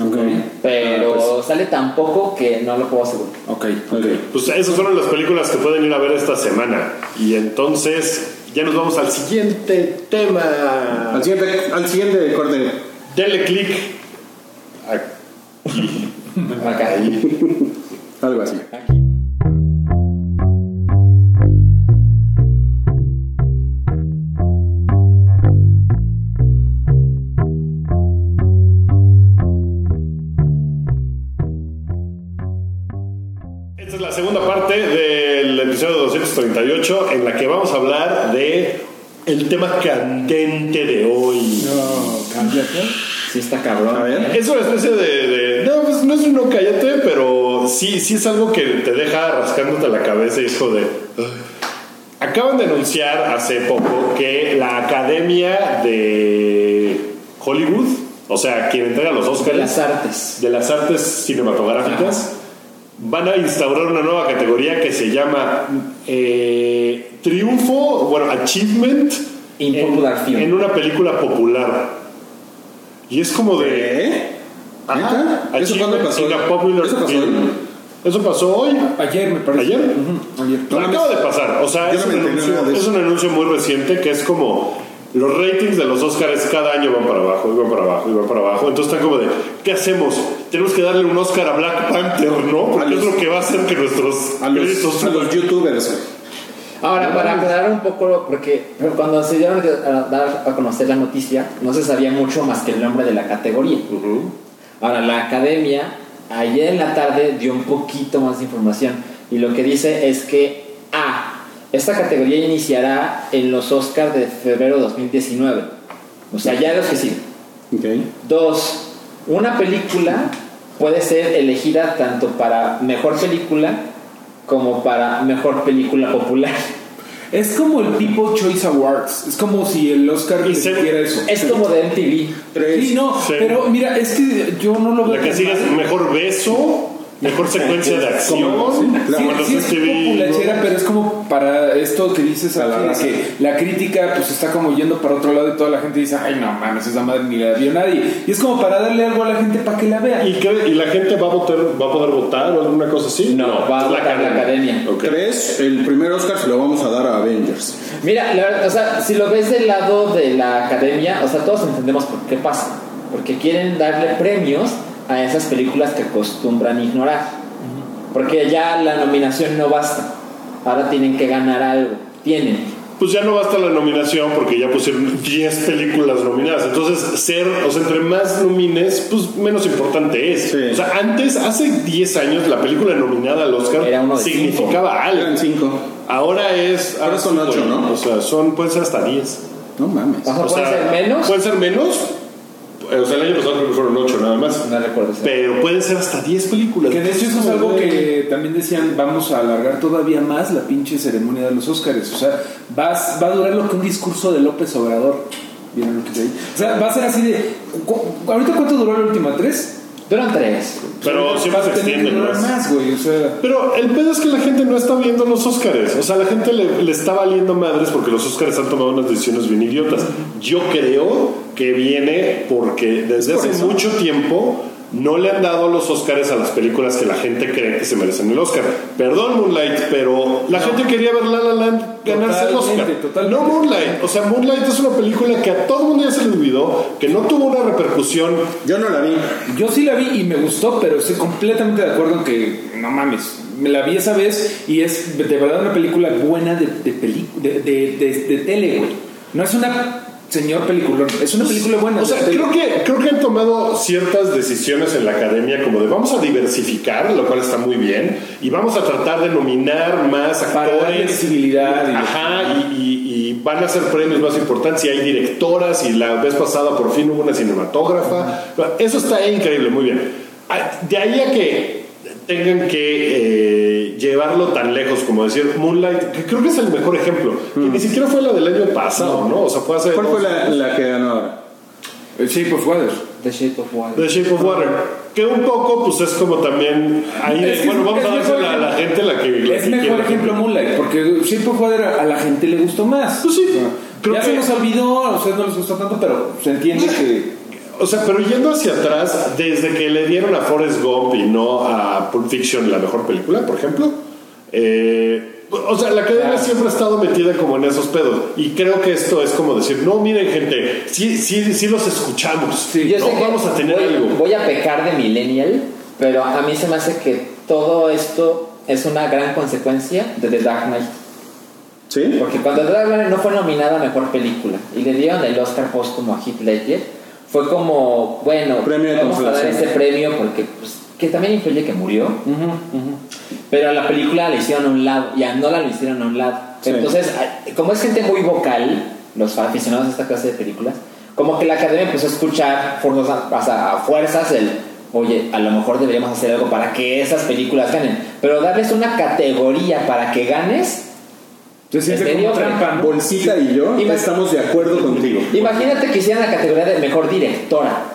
S3: Pero
S4: Ah, pues.
S3: sale tan poco que no lo puedo asegurar.
S5: Ok.
S4: Ok.
S2: Pues esas fueron las películas que pueden ir a ver esta semana. Y entonces ya nos vamos al siguiente tema.
S4: Al siguiente, al siguiente corte.
S2: Dale click.
S3: Acá.
S4: Algo así.
S2: Ah, Esta es la segunda parte del episodio 238 en la que vamos a hablar de el tema candente de hoy.
S5: No, cámbiate.
S3: Sí, está cabrón. ¿eh?
S4: A ver.
S2: Es una especie de, de- No, pues no es un no cállate, pero sí, sí es algo que te deja rascándote la cabeza y es joder. Acaban de anunciar hace poco que la Academia de Hollywood, o sea, quien entrega los
S3: De
S2: Oscars
S3: las artes.
S2: de las artes cinematográficas van a instaurar una nueva categoría que se llama eh, triunfo, bueno, achievement
S3: In popular
S2: en,
S3: film.
S2: en una película popular. Y es como de...
S4: ¿Eh?
S2: Ajá,
S4: ¿Neta? ¿Eso
S2: achievement
S4: cuándo pasó?
S2: in a popular
S4: ¿Eso pasó
S2: film.
S4: hoy?
S2: Eso pasó hoy.
S5: Ayer me parece.
S2: ¿Ayer?
S5: Ujú, ayer.
S4: No,
S2: Acaba de pasar. O sea,
S4: Yo
S2: es
S4: no
S2: un,
S4: me enteré
S2: anuncio,
S4: nada de
S2: es
S4: eso.
S2: un anuncio muy reciente que es como los ratings de los Oscars cada año van para abajo, y van para abajo, y van para abajo. Entonces están como de, ¿qué hacemos? Tenemos que darle un Oscar a Black Panther, ¿no? Porque
S4: A los-
S2: es lo que va a hacer que nuestros
S4: A los,
S2: créditos
S4: a los youtubers. güey.
S3: Ahora, para aclarar un poco, porque cuando se dieron a dar a conocer la noticia, no se sabía mucho más que el nombre de la categoría. Ahora, la academia ayer en la tarde dio un poquito más de información y lo que dice es que A, esta categoría iniciará en los Oscars de febrero 2019. O sea, ya los que siguen.
S4: Ok.
S3: Dos, una película puede ser elegida tanto para mejor película como para mejor película popular.
S5: Es como el People Choice Awards. Es como si el Oscar
S2: Y se-
S5: hiciera eso.
S3: Es como de MTV.
S5: Sí, no,
S2: Sí.
S5: pero mira, es que yo no lo veo.
S2: La que
S5: tan
S2: sigue es
S5: mal.
S2: Mejor Beso, mejor secuencia de acción.
S5: Sí,
S2: Cuando
S5: sí
S2: se
S5: es
S2: escribió-
S5: populachera, pero es como para esto que dices a la que la crítica pues está como yendo para otro lado y toda la gente dice, ay no mames, esa madre ni la vio nadie. Y es como para darle algo a la gente para que la vea.
S2: ¿Y, qué- y la gente va a votar, va a poder votar o alguna cosa así?
S3: No, va a
S2: es
S3: votar la academia.
S2: Ok.
S4: ¿Crees? El primer Oscar se lo vamos a dar a Avengers.
S3: Mira, la verdad, o sea, si lo ves del lado de la academia, o sea, todos entendemos por qué pasa. Porque quieren darle premios a esas películas que acostumbran ignorar. Porque ya la nominación no basta. Ahora tienen que ganar algo. Tienen.
S2: Pues ya no basta la nominación porque ya pusieron 10 películas nominadas. Entonces, ser, o sea, entre más nomines, pues menos importante es.
S4: Sí.
S2: O sea, antes, hace 10 años, la película nominada al Oscar
S3: Era uno de
S2: significaba
S4: Eran
S2: algo.
S4: cinco.
S2: Ahora es.
S4: Ahora son
S2: sí,
S4: ocho, ¿no?
S2: O sea, son, pueden ser hasta 10.
S4: No mames.
S3: O sea,
S2: O
S3: pueden
S2: sea,
S3: ser menos.
S2: Pueden ser menos. Eh, O sea, el año pasado creo que fueron 8 nada más.
S3: No recuerdo. eso.
S2: Pero pueden ser hasta 10 películas.
S5: Que de hecho eso es
S2: Como,
S5: algo
S2: güey.
S5: que también decían, vamos a alargar todavía más la pinche ceremonia de los Óscares. O sea, vas, va a durar lo que un discurso de López Obrador. ¿Vieron lo que te dije? O sea, va a ser así de... ¿cu- ¿Ahorita cuánto duró la última? ¿Tres?
S3: Duran tres.
S2: Pero siempre
S5: Va
S2: se
S5: a tener que
S2: extienden
S5: durar
S2: más.
S5: más, güey. O sea...
S2: Pero el pedo es que la gente no está viendo los Óscares. O sea, la gente le, le está valiendo madres porque los Óscares han tomado unas decisiones bien idiotas. Yo creo que viene porque desde hace mucho tiempo no le han dado los Óscares a las películas que la gente cree que se merecen el Óscar. Perdón, Moonlight, pero la gente quería ver La La Land ganarse el Óscar.
S5: Totalmente, totalmente.
S2: No Moonlight. O sea, Moonlight es una película que a todo el mundo ya se le olvidó, que no tuvo una repercusión.
S4: Yo no la vi.
S5: Yo sí la vi y me gustó, pero estoy completamente de acuerdo en que no mames. Me la vi esa vez y es de verdad una película buena de, de, peli- de, de- de- de tele, güey. No es una señor peliculón, es una película buena.
S2: Pues, O sea,
S5: de tele.
S2: creo que, creo que han tomado ciertas decisiones en la academia como de vamos a diversificar, lo cual está muy bien, y vamos a tratar de nominar más
S5: Para
S2: actores. Ah.
S5: darle visibilidad y-
S2: Ajá, y, y- y van a ser premios más importantes, y hay directoras, y la vez pasada por fin hubo una cinematógrafa. Eso está increíble, muy bien. Ah, De ahí a que tengan que eh, llevarlo tan lejos como decir Moonlight, que creo que es el mejor ejemplo, que
S5: Mm.
S2: ni siquiera fue la del año pasado, ¿no? O sea, fue hace...
S4: ¿Cuál
S2: dos
S4: fue la, la que ganó ahora?
S5: El Shape of Water.
S3: The Shape of Water.
S2: The Shape of Water. Que un poco, pues es como también. Ahí
S5: Es que
S2: bueno,
S5: es-
S2: vamos
S5: es
S2: a
S5: mejor
S2: dársela a la gente la que. la
S5: Es
S2: que
S5: mejor
S2: quiera.
S5: ejemplo Moonlight, porque eh, Shape of Water a a la gente le gustó más.
S2: Pues sí,
S5: O sea,
S2: creo
S5: Ah. ya
S2: que-
S5: se nos olvidó, a ustedes no les gustó tanto, pero se entiende que.
S2: O sea, pero yendo hacia atrás, desde que le dieron a Forrest Gump y no a Pulp Fiction la mejor película, por ejemplo. eh, o sea, la academia siempre ha estado metida como en esos pedos. Y creo que esto es como decir, no, miren, gente, sí, sí, sí los escuchamos.
S3: Yo
S2: no
S3: sé que
S2: vamos a tener
S3: voy,
S2: algo.
S3: voy a pecar de millennial, pero a mí se me hace que todo esto es una gran consecuencia de The Dark Knight.
S4: ¿Sí?
S3: Porque cuando The Dark Knight no fue nominada a mejor película y le dieron el Oscar póstumo a Heath Ledger, fue como, bueno,
S4: Premio de
S3: vamos a dar
S4: consolación.
S3: ese premio porque pues, que también influye que murió. Pero a la película la hicieron a un lado y a Nola la hicieron a un lado.
S4: Sí.
S3: Entonces, a- como es gente muy vocal, los aficionados a esta clase de películas, como que la academia empezó a escuchar forzosa- o sea, a fuerzas el, oye, a lo mejor deberíamos hacer algo para que esas películas ganen. Pero darles una categoría para que ganes,
S5: Se siente como
S3: medio
S5: trampa, ¿no?
S4: Bolsita y yo
S3: Y me-
S4: estamos de acuerdo contigo.
S3: imagínate que hicieran la categoría de mejor directora.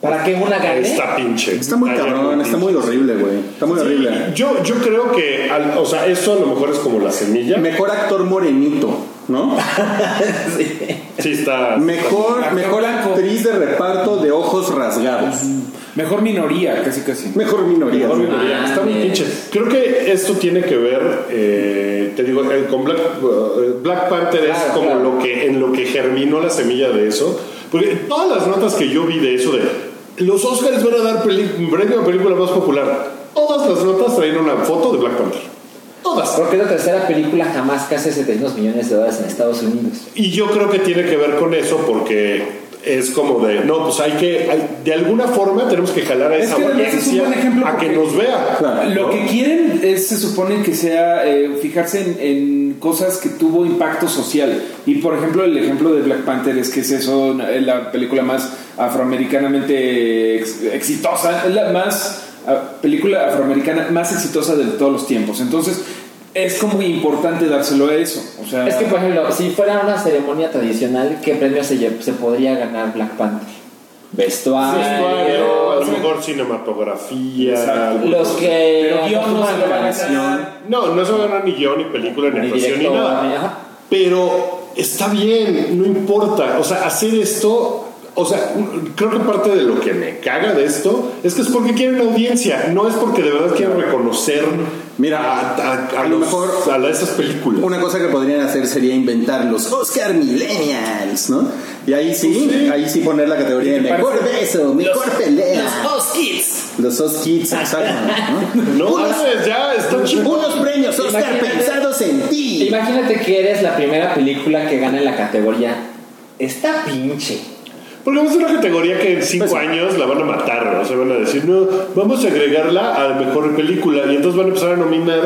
S3: Para que una gane.
S2: Está pinche.
S4: Está muy
S2: Ay,
S4: cabrón,
S2: muy
S4: está muy horrible, güey. Está muy horrible. ¿eh?
S2: Yo, yo creo que, al- o sea, esto a lo mejor es como la semilla.
S4: Mejor actor morenito, ¿no?
S2: Sí, está.
S4: Mejor,
S5: Actor
S4: mejor
S5: blanco.
S4: actriz de reparto de ojos rasgados.
S5: Mejor minoría, casi casi.
S4: Mejor minoría.
S2: Mejor
S4: güey.
S2: minoría. Está muy
S3: Mames.
S2: pinche. Creo que esto tiene que ver, eh, te digo, eh, con Black, eh, Black Panther es
S3: Claro,
S2: como
S3: claro.
S2: lo que en lo que germinó la semilla de eso. Porque todas las notas que yo vi de eso de los Oscars van a dar peli- premio a película más popular. Todas las notas traían una foto de Black Panther. Todas.
S3: Porque es la tercera película jamás que hace 72 millones de dólares en Estados Unidos.
S2: Y yo creo que tiene que ver con eso porque es como de, no, pues hay que, hay- de alguna forma tenemos que jalar a
S5: Es
S2: esa
S5: que además es un
S2: audiencia
S5: buen ejemplo
S2: a que
S5: porque-
S2: nos vea.
S4: Claro.
S5: Lo que quieren es, se supone que sea eh, fijarse en, en cosas que tuvo impacto social. Y por ejemplo, el ejemplo de Black Panther es que es eso, eh, la película más afroamericanamente ex- exitosa, es la más ah, película afroamericana más exitosa de todos los tiempos. Entonces, es como importante dárselo a eso. O sea,
S3: Es que, por ejemplo, si fuera una ceremonia tradicional, ¿qué premio se, lle- se podría ganar Black Panther? vestuario.
S2: Vestuario, a lo mejor cinematografía.
S5: Exacto.
S3: Los que
S5: Pero guión no se lo van a ganar.
S2: No, no se va a ganar ni guión, ni película, ni,
S3: Ni
S2: actuación, ni
S3: director, ni-
S2: nada.
S3: ajá.
S2: Pero está bien, no importa. O sea, hacer esto. O sea, un- creo que parte de lo que me caga de esto es que es porque quieren audiencia, no es porque de verdad quieren reconocer
S4: Mira,
S2: a, a- a
S4: a lo
S2: los-
S4: mejor-
S2: a la- esas películas.
S4: Una cosa que podrían hacer sería inventar los Oscar Millennials, ¿no? Y ahí sí,
S2: Pues sí.
S4: ahí sí poner la categoría de mejor beso, mejor pelea.
S3: Los Kids.
S4: Los Os Kids, exacto. ¿no?
S2: No, mames, ya está chingón.
S4: Unos premios Oscar
S3: Imagínate-
S4: pensados en ti.
S3: Imagínate que eres la primera película que gana en la categoría. Está pinche.
S2: Porque es una categoría que en
S5: Pues
S2: cinco años la van a matar, o sea, van a decir, no, vamos a agregarla a la mejor película y entonces van a empezar a nominar,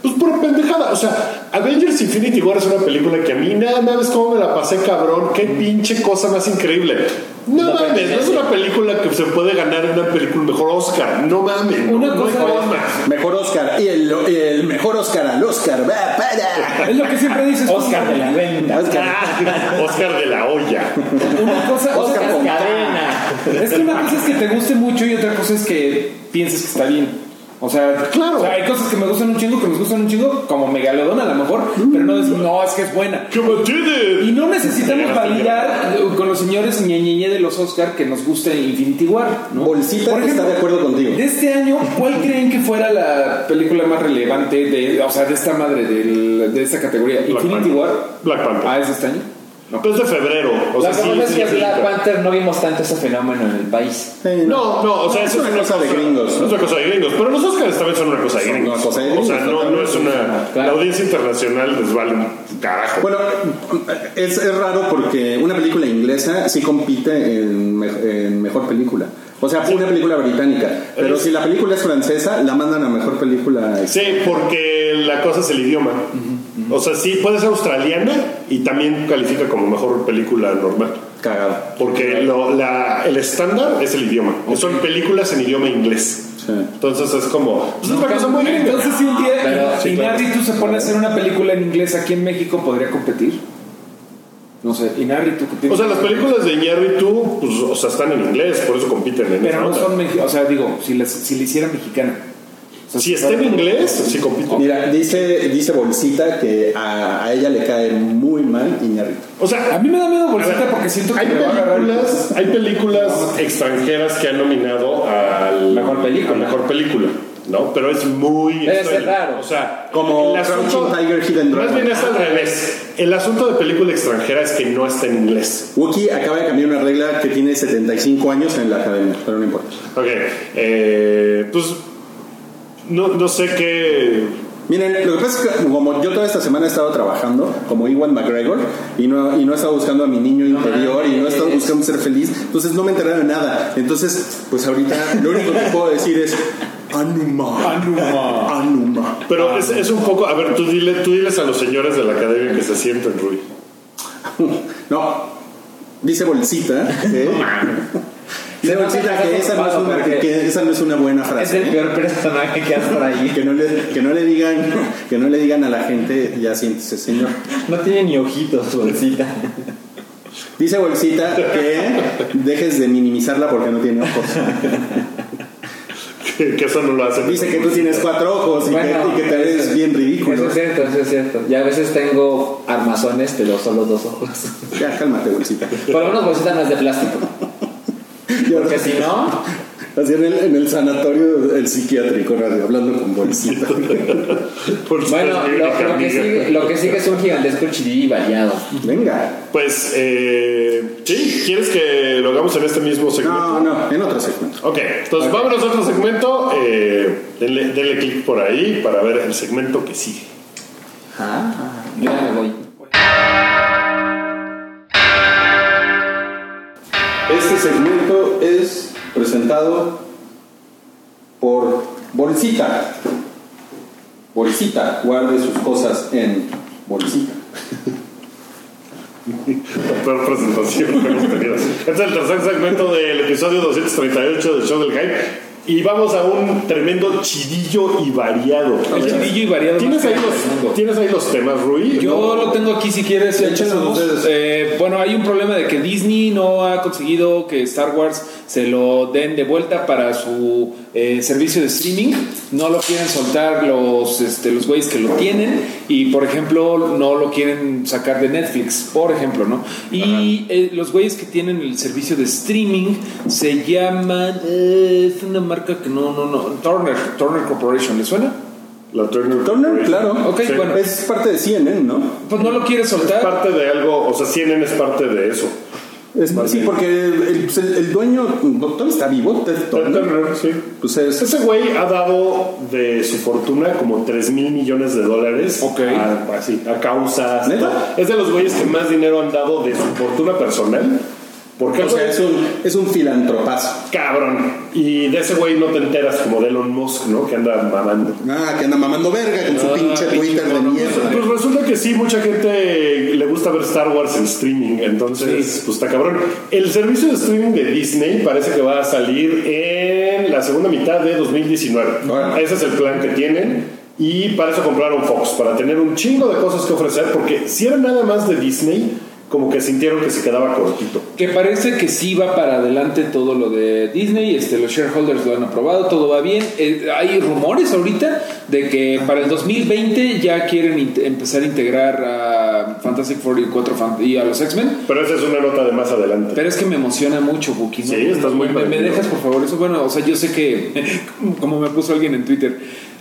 S2: pues por pendejada, o sea, Avengers Infinity War es una película que a mí nada más cómo me la pasé cabrón, qué pinche cosa más increíble. No,
S3: No,
S2: mames,
S3: pero-
S2: no es una película que se puede ganar en una película mejor Oscar, no mames,
S5: Una
S2: no, no hay
S5: cosa-
S2: forma.
S4: Mejor Oscar. Y el, el mejor Oscar al Oscar va para.
S5: Es lo que siempre dices.
S3: Oscar de la venta.
S2: Oscar de la olla.
S5: Una cosa,
S4: Oscar
S3: Oscar
S4: con
S3: Cadena.
S5: Es que una cosa es que te guste mucho y otra cosa es que pienses que está bien. O sea,
S2: Claro.
S5: o sea, hay cosas que me gustan un chingo, que nos gustan un chingo, como Megalodón a lo mejor,
S4: Mm.
S5: pero no es, no, es que es buena.
S2: ¿Qué me tiene?
S5: Y no necesitamos validar con los señores ñeñeñe de los Oscar que nos gusta Infinity War. ¿no?
S4: Bolsita que está de acuerdo contigo.
S5: De este año, ¿cuál creen que fuera la película más relevante de, o sea, de esta madre, del- de esta categoría?
S2: Black
S5: Infinity
S2: Panther.
S5: War.
S2: Black Panther.
S5: Ah, es de este año. No.
S2: Pues de febrero, o
S3: La
S2: sea, sí,
S3: verdad es
S2: sí,
S3: que
S2: sí,
S3: Black
S2: pero-
S3: Panther no vimos tanto ese fenómeno en el país.
S4: Eh,
S2: No, no, o sea,
S4: es
S2: eso
S4: una cosa de gringos.
S2: Es
S4: ¿no?
S2: una cosa de gringos. Pero los Oscars también son una cosa de
S4: Son
S2: gringos.
S4: una cosa de
S2: o sea,
S4: gringos,
S2: no, no es una.
S3: Claro.
S2: La audiencia internacional les vale un carajo.
S4: Bueno, es, es raro porque una película inglesa sí compite en, me- en mejor película. O sea, una película británica. Pero si la película es francesa, la mandan a mejor película.
S2: sí, porque la cosa es el idioma. O sea, sí, puede ser australiana y también califica como mejor película normal.
S4: Cagada.
S2: Porque lo- la- el estándar es el idioma. Son películas en idioma inglés.
S4: Sí.
S2: Entonces es como. Pues es una cosa muy gringa.
S5: Entonces, si un día
S3: Pero, sí, claro.
S5: Inarritu se pone a hacer una película en inglés aquí en México, ¿podría competir? No sé, Inarritu. que tiene-
S2: O sea, las películas de Iñárritu, pues, o sea, están en inglés, por eso compiten en esa
S5: Pero no
S2: onda.
S5: son mexicanos. O sea, digo, si la si le hiciera mexicana. O sea,
S2: Si está en inglés, sí compiten.
S4: Mira, dice, dice Bolsita que a, a ella le cae muy mal Iñárritu.
S2: O sea,
S5: A mí me da miedo
S2: A
S5: bolsita
S2: ver,
S5: porque siento que
S2: hay
S5: me va a agarrar.
S2: películas, hay películas extranjeras que han nominado al
S3: Mejor película.
S2: a mejor película, ¿no? Pero es muy
S3: Debe
S2: esto
S3: ser
S2: el-
S3: raro.
S2: O sea,
S4: Como Crouching Tiger, Hidden
S2: Más
S4: Dragon.
S2: bien es al revés. El asunto de película extranjera es que no está en inglés.
S4: Wookie acaba de cambiar una regla que tiene 75 años en la academia, pero no importa.
S2: Ok, eh, pues no, no sé qué.
S4: Miren, lo que pasa es que como yo toda esta semana he estado trabajando como Iwan McGregor y no, y no he estado buscando a mi niño interior y no he estado buscando ser feliz, entonces no me he enterado de nada. Entonces, pues ahorita lo único que puedo decir es Anuma. Anuma. Anuma.
S3: Ah,
S2: Pero es, es un poco. A ver, tú, dile, tú diles a los señores de la academia que se sienten, Rui.
S4: No, dice Bolsita. que- Dice Bolsita que esa no es una, que esa no es una buena
S3: Es
S4: frase.
S3: el peor personaje que has traído.
S4: Que no, le, que, no le digan, que no le digan a la gente, ya siéntese, señor.
S3: No tiene ni ojitos, bolsita.
S4: Dice Bolsita que dejes de minimizarla porque no tiene ojos.
S2: Que, que eso no lo hacen.
S4: Dice que tú tienes cuatro ojos y, que-
S3: Bueno,
S4: y que, te ves bien
S3: Eso
S4: ridículo.
S3: es cierto, eso es cierto. Ya a veces tengo armazones, pero solo dos ojos.
S4: Ya, cálmate, Bolsita.
S3: Por lo menos bolsita no es de plástico.
S4: Yo
S3: Porque si no,
S4: así en el, en el sanatorio, el psiquiátrico, radio, hablando con Bolsita.
S2: Por ser
S3: bueno,
S2: mi
S3: lo,
S2: única
S3: lo que
S2: amiga.
S3: sigue, lo que sigue es un gigantesco chirirí variado.
S4: Venga.
S2: Pues, eh, sí, ¿quieres que lo hagamos en este mismo segmento?
S4: No, no, en otro segmento.
S2: Ok, entonces vámonos a otro segmento. eh, denle denle clic por ahí para ver el segmento que sigue.
S3: Ah, yo ya me voy.
S4: Este segmento es presentado por Bolsita. Bolsita, guarde sus cosas en Bolsita.
S2: La peor presentación que hemos tenido. Este es el tercer segmento del episodio 238 del Show del Hype. Y vamos a un tremendo chidillo y variado.
S5: El chidillo y variado.
S2: ¿Tienes
S5: más
S2: ahí,
S5: que del mundo.
S2: los, ¿Tienes ahí los temas, Rui?
S5: Yo lo tengo aquí si quieres.
S4: Échenlo
S5: Entonces,
S4: ustedes.
S5: eh, bueno, hay un problema de que Disney no ha conseguido que Star Wars se lo den de vuelta para su eh, servicio de streaming. No lo quieren soltar los este, los güeyes que lo tienen y por ejemplo no lo quieren sacar de Netflix, por ejemplo, ¿no? Y eh, los güeyes que tienen el servicio de streaming se llaman eh, es una marca que no no no Turner Turner Corporation, ¿le suena?
S2: La Turner.
S4: Turner, claro.
S5: Ok,
S2: Sí.
S5: bueno.
S4: Es parte de CNN, ¿no?
S5: Pues no lo quiere
S2: Es
S5: soltar.
S2: parte de algo, o sea, CNN es parte de eso.
S4: Es- sí, porque el, pues, el- el dueño, doctor está vivo, Ted
S2: Ted
S4: Turner.
S2: Turner, sí.
S4: Pues es,
S2: Ese güey ha dado de su fortuna como 3 mil millones de dólares
S5: Ok.
S2: a, así, a causas.
S4: ¿Neta?
S2: Es de los güeyes que más dinero han dado de su fortuna personal. Porque
S4: o sea, es un, es un filantropazo.
S2: cabrón. Y de ese güey no te enteras como de Elon Musk, ¿no? Que anda mamando.
S4: Ah, que anda mamando verga con su pinche Twitter de
S2: Pues
S4: mierda.
S2: resulta que sí, mucha gente le gusta ver Star Wars en streaming, entonces pues está cabrón. El servicio de streaming de Disney parece que va a salir en la segunda mitad de 2019.
S4: Órale.
S2: Ese es el plan que tienen. Y para eso compraron Fox, para tener un chingo de cosas que ofrecer, porque si era nada más de Disney, como que sintieron que se quedaba cortito.
S5: Que parece que sí va para adelante todo lo de Disney, este, los shareholders lo han aprobado, todo va bien. Eh, hay rumores ahorita de que para el 2020 ya quieren int- empezar a integrar a Fantastic Four y, cuatro fan- y a los X-Men.
S2: Pero esa es una nota de más adelante.
S5: Pero es que me emociona mucho, Buki. ¿no?
S2: Sí, estás muy
S5: me, me
S2: prendido.
S5: dejas, por favor, eso. Bueno, o sea, yo sé que, como me puso alguien en Twitter,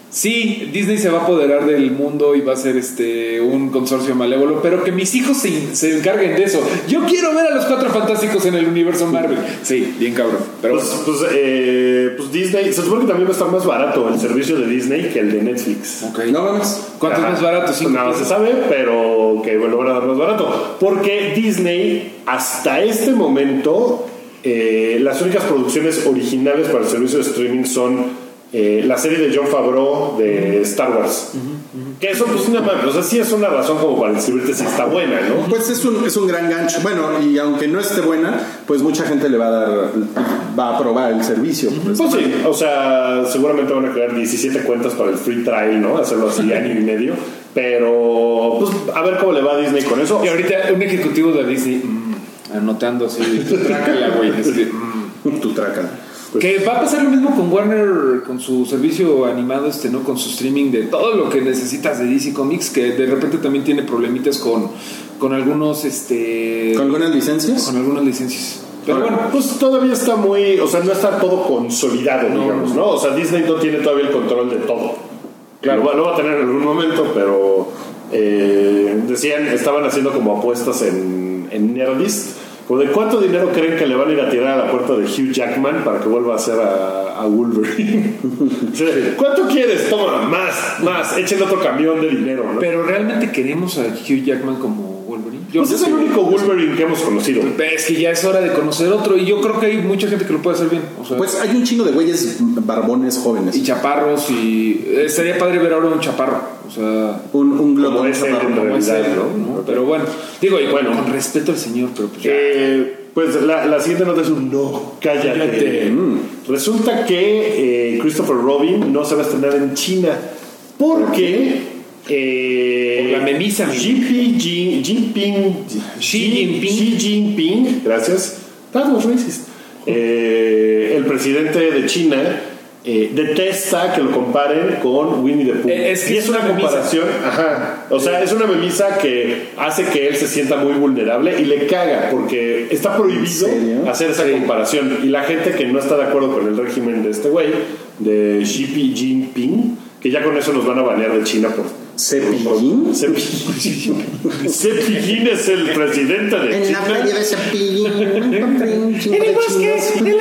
S5: sí, Disney se va a apoderar del mundo y va a ser este un consorcio malévolo, pero que mis hijos se, se encarguen de eso. Yo quiero ver a los cuatro fantásticos en el universo Marvel. Sí, bien cabrón. Pero bueno.
S2: Pues, pues, eh, pues Disney, se supone que también va a estar más barato el servicio de Disney que el de Netflix.
S4: No mames.
S5: ¿Cuánto es
S2: Ajá.
S5: más barato? ¿Cinco
S2: No se
S5: pesos?
S2: sabe, pero que bueno, van a dar más barato. Porque Disney, hasta este momento, eh, las únicas producciones originales para el servicio de streaming son eh, la serie de John Favreau de Star Wars. Que eso, pues, una madre. O sea, sí es una razón como para descubrirte si está buena, ¿no?
S4: Pues es un, es un gran gancho. Bueno, y aunque no esté buena, pues mucha gente le va a dar, va a probar el servicio. pues.
S2: Pues sí, o sea, seguramente van a crear 17 cuentas para el free trial, ¿no? Hacerlo así año y medio. Pero, pues, a ver cómo le va a Disney con eso.
S5: Y ahorita un ejecutivo de Disney mm, anotando así, trácala, güey. así de, mm.
S4: Tu traca.
S2: Pues
S5: Que va a pasar lo mismo con Warner, con su servicio animado, este, ¿no? Con su streaming de todo lo que necesitas de DC Comics, que de repente también tiene problemitas con, con algunos, este.
S4: ¿Con algunas licencias?
S5: con algunas licencias. Pero bueno,
S2: pues todavía está muy, o sea, no está todo consolidado, digamos, ¿no? O sea, Disney no tiene todavía el control de todo. Claro, lo va, lo va a tener en algún momento, pero eh, decían, estaban haciendo como apuestas en, en Nerdist, como de cuánto dinero creen que le van a ir a tirar a la puerta de Hugh Jackman para que vuelva a ser a, a Wolverine. O sea, ¿Cuánto quieres? Toma, más, más, échenle otro camión de dinero, ¿no?
S5: pero realmente queremos a Hugh Jackman como Wolverine. Yo
S2: Pues es el único Wolverine que hemos conocido.
S5: Es que ya es hora de conocer otro, y yo creo que hay mucha gente que lo puede hacer bien. O sea,
S4: Pues hay un chingo de güeyes barbones
S5: y
S4: jóvenes.
S5: chaparros, y. eh, Estaría padre ver ahora un chaparro. O sea.
S4: Un, un
S2: Como
S4: globo.
S2: ese en
S5: como es
S2: realidad,
S5: él,
S2: ¿no?
S5: ¿no? Pero bueno, digo, y
S2: Bueno.
S5: bueno, con respeto al señor, pero pues ya.
S2: Eh, pues la, la siguiente nota es un no, cállate.
S5: Cállate.
S2: Mm. Resulta que eh, Christopher Robin no se va a estrenar en China porque. eh,
S5: Por la memisa, mi-
S2: Xi Jinping, Jinping,
S5: Xi Jinping.
S2: Xi Jinping, gracias. That was racist. Eh, el presidente de China eh, detesta que lo comparen con Winnie the Pooh.
S5: Eh, es que
S2: Y
S5: es una memisa.
S2: comparación, ajá. O sea, es una memisa que hace que él se sienta muy vulnerable y le caga porque está prohibido
S4: ¿En serio?
S2: hacer esa comparación. Y la gente que no está de acuerdo con el régimen de este güey, de Xi Jinping, que ya con eso nos van a banear de China por.
S4: ¿Cepillín?
S2: Cepillín. Cepillín es el presidente de
S4: En
S2: China.
S4: la feria de Cepillín. encontré un chingo de chinos.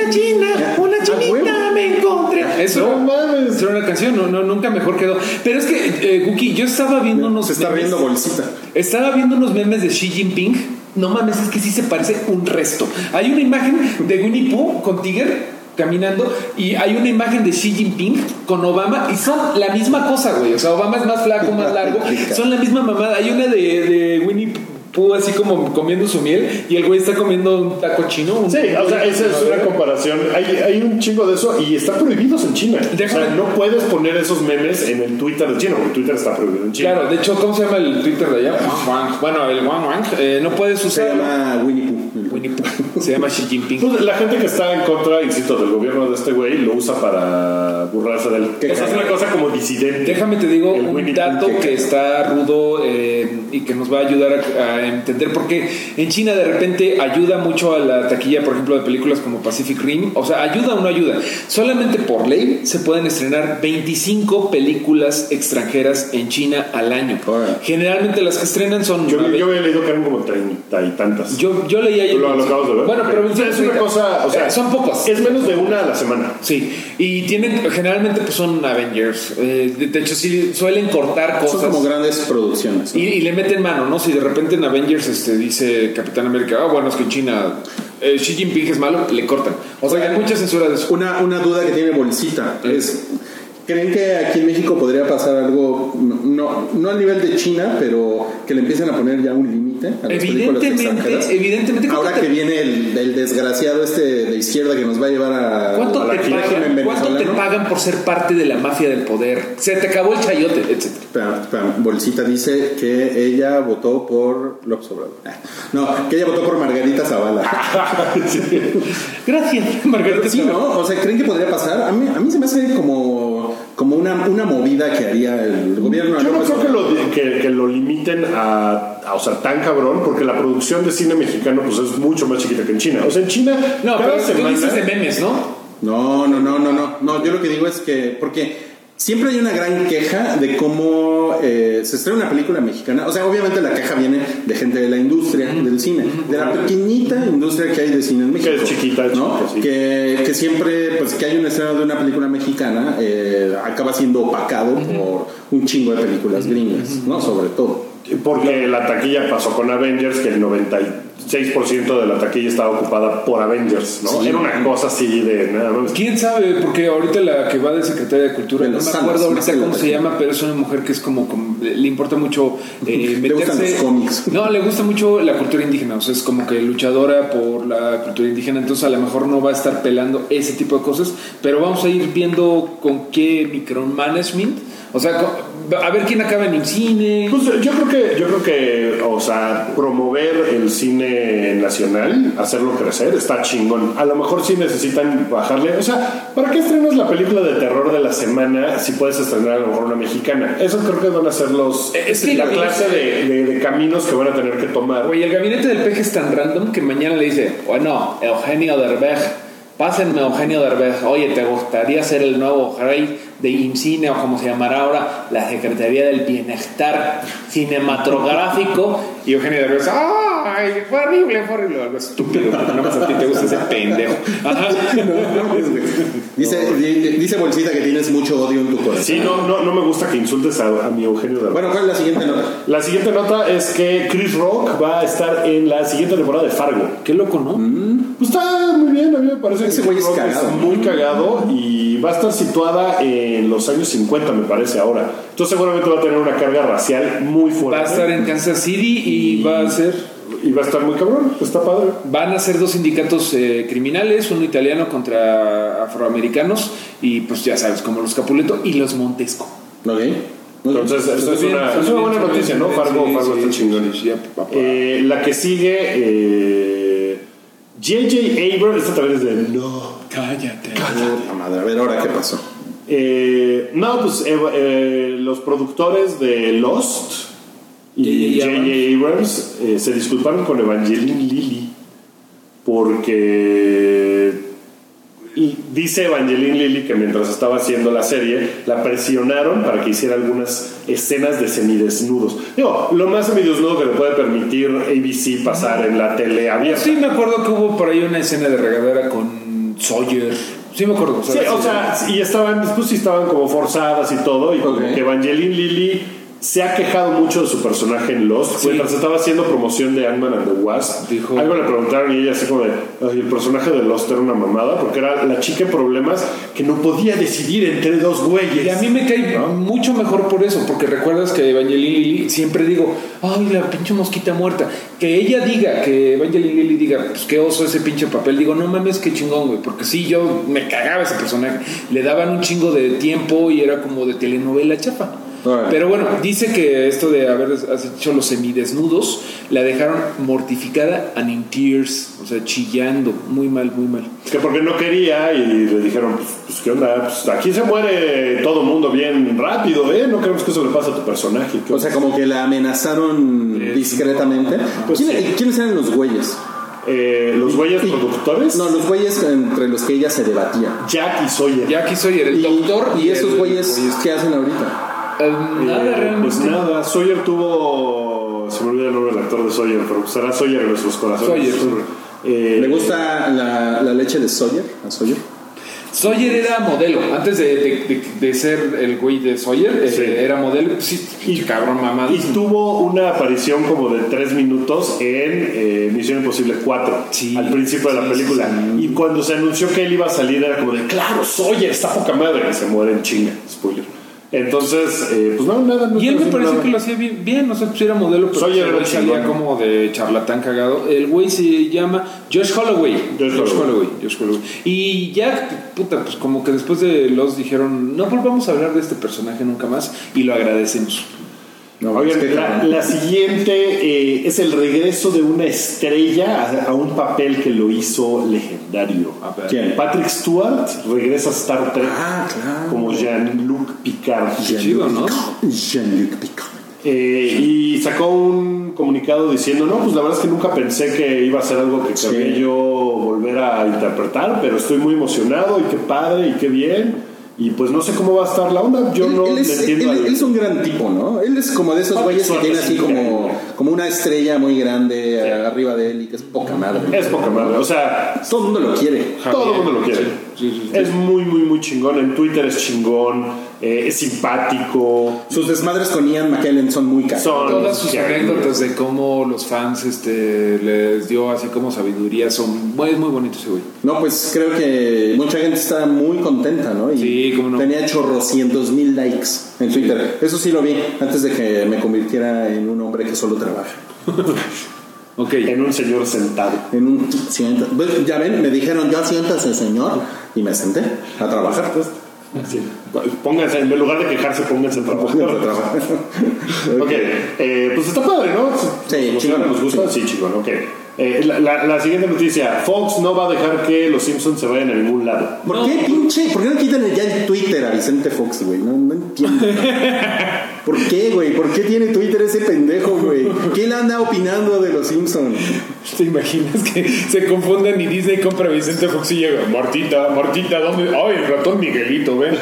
S5: la China,
S4: una chinita
S5: me encontré. Ah, Eso
S2: No
S5: no
S2: mames.
S5: mames. Era una canción, no, no, nunca mejor quedó. Pero es que, eh, Guki, yo estaba viendo unos.
S4: Se está
S5: memes-
S4: riendo bolsita.
S5: Estaba viendo unos memes de Xi Jinping. No mames, es que sí se parece un resto. Hay una imagen de Winnie Pooh con Tiger caminando y hay una imagen de Xi Jinping con Obama y son la misma cosa, güey. O sea, Obama es más flaco, más largo. Son la misma mamada. Hay una de, de Winnie pú así como comiendo su miel y el güey está comiendo un taco chino. un-
S2: Sí, o sea, esa es una comparación. Hay, hay un chingo de eso y está prohibidos en China. O
S5: Déjame-
S2: sea, no puedes poner esos memes en el Twitter de China, porque Twitter está prohibido en China.
S5: Claro, de hecho, ¿cómo se llama el Twitter de allá? Wang Wang. Bueno, el Wang Wang. eh, no puedes
S4: Se
S5: usar.
S4: llama Winnie Pooh.
S5: Winnie Pooh. Se llama Xi Jinping.
S2: Pues, la gente que está en contra, insisto, del gobierno de este güey lo usa para burlarse del.
S4: Qué
S2: O sea, es una cosa como disidente.
S5: Déjame te digo
S2: El
S5: un
S2: Winnie
S5: dato
S2: Pooh que-
S5: que está rudo eh, y que nos va a ayudar a, a entender por qué en China de repente ayuda mucho a la taquilla, por ejemplo, de películas como Pacific Rim. O sea, ayuda o no ayuda. Solamente por ley se pueden estrenar 25 películas extranjeras en China al año.
S4: Órale.
S5: Generalmente las que estrenan son...
S2: Yo,
S5: una
S2: yo
S5: ve-
S2: había leído que eran como treinta y tantas.
S5: yo, yo leí ayer...
S2: lo, lo acabas de ver.
S5: Bueno, pero
S2: O sea, es una cosa. O sea,
S5: Eh, son pocas.
S2: Es menos de una a la semana.
S5: Sí, y tienen, generalmente pues son Avengers. Eh, de, de hecho, sí, suelen cortar cosas.
S4: Son como grandes producciones.
S5: Y, y le meten mano, ¿no? Si de repente en Avengers este, dice Capitán América, ah, bueno, es que en China eh, Xi Jinping es malo, le cortan. O sea, hay mucha censura de eso.
S4: Una, una duda que tiene Bolsita es, ¿creen que aquí en México podría pasar algo, no, no al nivel de China, pero que le empiecen a poner ya un límite a las películas extranjeras?
S5: Evidentemente, evidentemente. ¿cuánto
S4: Ahora
S5: te-
S4: que viene el, el desgraciado este de izquierda que nos va a llevar a,
S5: ¿Cuánto,
S4: a
S5: te
S4: la gira en
S5: pagan, ¿Cuánto te
S4: venezolano.
S5: pagan por ser parte de la mafia del poder? Se te acabó el chayote, etcétera.
S4: Espera, espera, Bolsita dice que ella votó por López Obrador. Ah, No, que ella votó por Margarita Zavala.
S5: Gracias, Margarita.
S3: Pues,
S4: Sí, ¿no? O sea, ¿creen que podría pasar? A mí, a mí se me hace como, como una, una movida que haría el gobierno. de
S2: Yo no
S4: López
S2: creo que
S4: Obrador.
S2: lo, que, que lo limiten a, a, o sea, tan cabrón, porque la producción de cine mexicano pues es mucho más chiquita que en China. O sea, en China,
S5: No,
S2: cada
S5: pero tú
S2: semana-
S5: dices de memes, ¿no?
S4: No, no, no, no, no. No, yo lo que digo es que. Porque siempre hay una gran queja de cómo eh, se estrena una película mexicana. O sea, obviamente la queja viene de gente de la industria, del cine, de la pequeñita industria que hay de cine en México.
S2: es chiquita, es
S4: ¿no?
S2: chiquita, sí.
S4: que, que siempre, pues que hay un estreno de una película mexicana, eh, acaba siendo opacado por un chingo de películas gringas, ¿no? Sobre todo.
S2: Porque la taquilla pasó con Avengers, que el 96% de la taquilla estaba ocupada por Avengers, ¿no?
S4: Sí.
S2: Era una cosa así de nada más.
S5: ¿Quién sabe? Porque ahorita la que va de secretaria de Cultura,
S4: De
S5: no
S4: los
S5: me
S4: Santos, más
S5: acuerdo ahorita
S4: que la
S5: cómo se
S4: región.
S5: llama, pero es una mujer que es como, como- le importa mucho eh, meterse.
S4: Le gustan los cómics.
S5: No, le gusta mucho la cultura indígena, o sea, es como que luchadora por la cultura indígena, entonces a lo mejor no va a estar pelando ese tipo de cosas, pero vamos a ir viendo con qué micromanagement, o sea, con- a ver quién acaba en el cine.
S2: Pues, yo creo que, yo creo que, o sea, promover el cine nacional, hacerlo crecer, está chingón. A lo mejor sí necesitan bajarle, o sea, ¿para qué estrenas la película de terror de la semana si puedes estrenar a lo mejor una mexicana? Eso creo que van a ser los
S5: Eh, es que
S2: la
S5: lo-
S2: clase de, de- de caminos que van a tener que tomar.
S5: Güey, el gabinete del peje es tan random que mañana le dice, bueno, Eugenio Derbez, pásenme a Eugenio Derbez, oye, ¿te gustaría ser el nuevo rey de IMCINE o como se llamará ahora, la Secretaría del Bienestar Cinematográfico? Y Eugenio Derbez, "Ah, ¡ay, fue horrible, fue horrible! Algo estúpido, porque nada más a ti te gusta ese pendejo. Ajá.
S4: Dice, di- dice Bolsita que tienes mucho odio en tu corazón.
S2: Sí, no, no, no me gusta que insultes a, a mi Eugenio Derbez.
S4: Bueno, ¿cuál es la siguiente nota?
S2: La siguiente nota es que Chris Rock va a estar en la siguiente temporada de Fargo.
S5: Qué loco, ¿no?
S2: Pues está muy bien, a mí me parece
S4: Ese
S2: que
S4: güey
S2: Chris
S4: es
S2: Rock
S4: cagado.
S2: muy cagado y va a estar situada en los años 50, me parece ahora. Entonces seguramente va a tener una carga racial muy
S5: Va a
S2: fuerte.
S5: estar en Kansas City y va a ser...
S2: Y va a estar muy cabrón, está padre.
S5: Van a ser dos sindicatos eh, criminales, uno italiano contra afroamericanos y pues ya sabes, como los Capuleto y los Montesco.
S4: Ok. Muy bien.
S2: Entonces, esa es
S5: Pues Bien,
S2: una,
S5: suena
S2: es una
S5: bien,
S2: buena
S5: suena
S2: noticia,
S5: bien,
S2: ¿no?
S5: suena
S2: Fargo,
S5: bien,
S2: Fargo
S5: sí,
S2: está
S5: sí,
S2: chingón.
S5: sí, sí, ya, papá.
S2: Eh, la que sigue, eh, J.J. Abrams, esta también es de no.
S5: Cállate.
S4: Puta madre, a ver ahora qué pasó.
S2: Eh, no, pues eh, eh, los productores de Lost y
S5: J.J.
S2: J.J. Abrams eh, se disculparon con Evangeline Lilly porque y dice Evangeline Lilly que mientras estaba haciendo la serie la presionaron para que hiciera algunas escenas de semidesnudos. Digo, lo más semidesnudo que le puede permitir ABC pasar en la tele abierta.
S5: Sí, me acuerdo que hubo por ahí una escena de regadera con Sawyer. Sí, me acuerdo.
S2: Sí, o sea, y estaban, pues sí estaban como forzadas y todo, y como
S4: Ok.
S2: que Evangeline Lilly se ha quejado mucho de su personaje en Lost. Mientras estaba haciendo promoción de Ant-Man and the Wasp,
S5: Dijo-
S2: algo le preguntaron y ella así como de, "Ay, el personaje de Lost era una mamada, porque era la chica en problemas que no podía decidir entre dos güeyes.
S5: Y a mí me cae mucho mejor por eso, porque recuerdas que Evangeline Lilly siempre digo, ay, la pinche mosquita muerta. Que ella diga, que Evangeline Lilly diga, pues qué oso ese pinche papel. Digo, no mames, qué chingón, güey, porque sí, yo me cagaba ese personaje. Le daban un chingo de tiempo y era como de telenovela chapa.
S4: Órale.
S5: Pero bueno, dice que esto de haber has hecho los semidesnudos la dejaron mortificada and in tears, o sea, chillando, muy mal, muy mal.
S2: Que porque no quería y le dijeron, pues, pues, qué onda, Pues, aquí se muere todo mundo bien rápido, ¿eh? No queremos que eso le pase a tu personaje. ¿Qué
S4: O sea, como que la amenazaron discretamente.
S2: Pues
S4: ¿Quién-
S2: sí.
S4: ¿Quiénes eran los güeyes?
S2: Eh, los güeyes productores,
S4: No, los güeyes entre los que ella se debatía.
S2: Jack y Sawyer.
S5: Ya aquí soy el
S4: Y-
S5: doctor
S4: y, esos
S5: el-
S4: güeyes, ¿qué hacen ahorita?
S5: Um, nada,
S2: Eh,
S5: realmente.
S2: pues nada, Sawyer tuvo. Se me olvida el nombre del actor de Sawyer, pero pues será Sawyer en nuestros corazones.
S5: Sawyer, Sawyer.
S2: Eh,
S4: ¿Le gusta la, la leche de Sawyer? ¿A Sawyer?
S5: Sawyer era modelo. Antes de, de- de- de ser el güey de Sawyer, eh,
S2: Sí.
S5: era modelo. Pues sí,
S2: Y-
S5: cabrón mamado.
S2: Y tuvo una aparición como de tres minutos en eh, Misión Imposible 4,
S5: Sí,
S2: al principio de la
S5: sí,
S2: película. Y cuando se anunció que él iba a salir, era como de, claro, Sawyer, está poca madre. Y se muere en chinga, spoiler. Entonces, eh, pues no, nada. No
S5: Y él me
S2: estoy haciendo
S5: pareció
S2: nada.
S5: que lo hacía bien, bien, o sea, pues era modelo, pero
S2: Sawyer
S5: ese
S2: era
S5: güey salía
S2: chingón.
S5: como de charlatán cagado. El güey se llama Josh Holloway.
S2: Josh Holloway.
S5: Josh Holloway. Y Jack, puta, pues como que después de los dijeron, no volvamos a hablar de este personaje nunca más, y lo agradecemos.
S4: No,
S2: Oigan,
S4: pues, ¿qué
S2: la,
S4: tal?
S2: la siguiente eh, es el regreso de una estrella a, a un papel que lo hizo legendario.
S5: A ver.
S4: ¿Quién?
S2: Patrick Stewart regresa a Star Trek
S4: Ah, claro.
S2: como Jean-Luc Picard.
S5: Qué chido, ¿no?
S4: Jean-Luc Picard.
S2: Eh, y sacó un comunicado diciendo, no, pues la verdad es que nunca pensé que iba a ser algo que
S4: Sí.
S2: querría yo volver a interpretar, pero estoy muy emocionado y qué padre y qué bien. Y pues no sé cómo va a estar la onda, yo
S4: Él,
S2: no
S4: él
S2: le
S4: es,
S2: entiendo.
S4: él-
S2: al-
S4: él es un gran tipo, ¿no? Él es como de esos
S2: Patrick
S4: güeyes que
S2: Stewart
S4: tiene
S2: es
S4: así
S2: un
S4: como,
S2: gran-
S4: como una estrella muy grande a- arriba de él y que es poca madre.
S2: Es poca madre, o sea,
S4: Todo el mundo lo quiere.
S2: Todo el mundo lo quiere.
S5: Sí, sí, sí.
S2: Es muy, muy, muy chingón. En Twitter es chingón, eh, es simpático.
S4: Sus desmadres con Ian McKellen son muy caros.
S2: Son
S5: Todas sus
S2: chingones.
S5: anécdotas de cómo los fans este, les dio así como sabiduría son muy, muy bonitos ese güey.
S4: No, pues creo que mucha gente está muy contenta, ¿no? Y
S5: Sí, cómo no.
S4: Tenía chorrocientos mil likes en Twitter. Eso sí lo vi antes de que me convirtiera en un hombre que solo trabaja.
S5: Ok.
S2: En un señor sentado.
S4: En un ciento- pues, ya ven, me dijeron, ya siéntase, señor. Y me senté a trabajar.
S2: Entonces, pues, sí. Pónganse, en lugar de quejarse, pónganse a trabajar.
S4: Pónganse a trabajar.
S2: Ok, eh, pues está padre, ¿no?
S4: Sí,
S2: ¿Nos
S4: chingón.
S2: ¿Nos gusta? Sí, chingón, ok. Eh, la, la- la siguiente noticia: Fox no va a dejar que los Simpsons se vayan a ningún lado.
S4: ¿Por qué pinche? ¿Por qué no quitan el- ya el Twitter a Vicente Fox, güey? No, no entiendo. ¿Por qué, güey? ¿Por qué tiene Twitter ese pendejo, güey? ¿Qué le anda opinando de los Simpsons?
S5: ¿Te imaginas que se confundan y Disney compra a Vicente Fox y llega? Martita, Martita, ¿dónde? Ay, el ratón Miguelito, ven.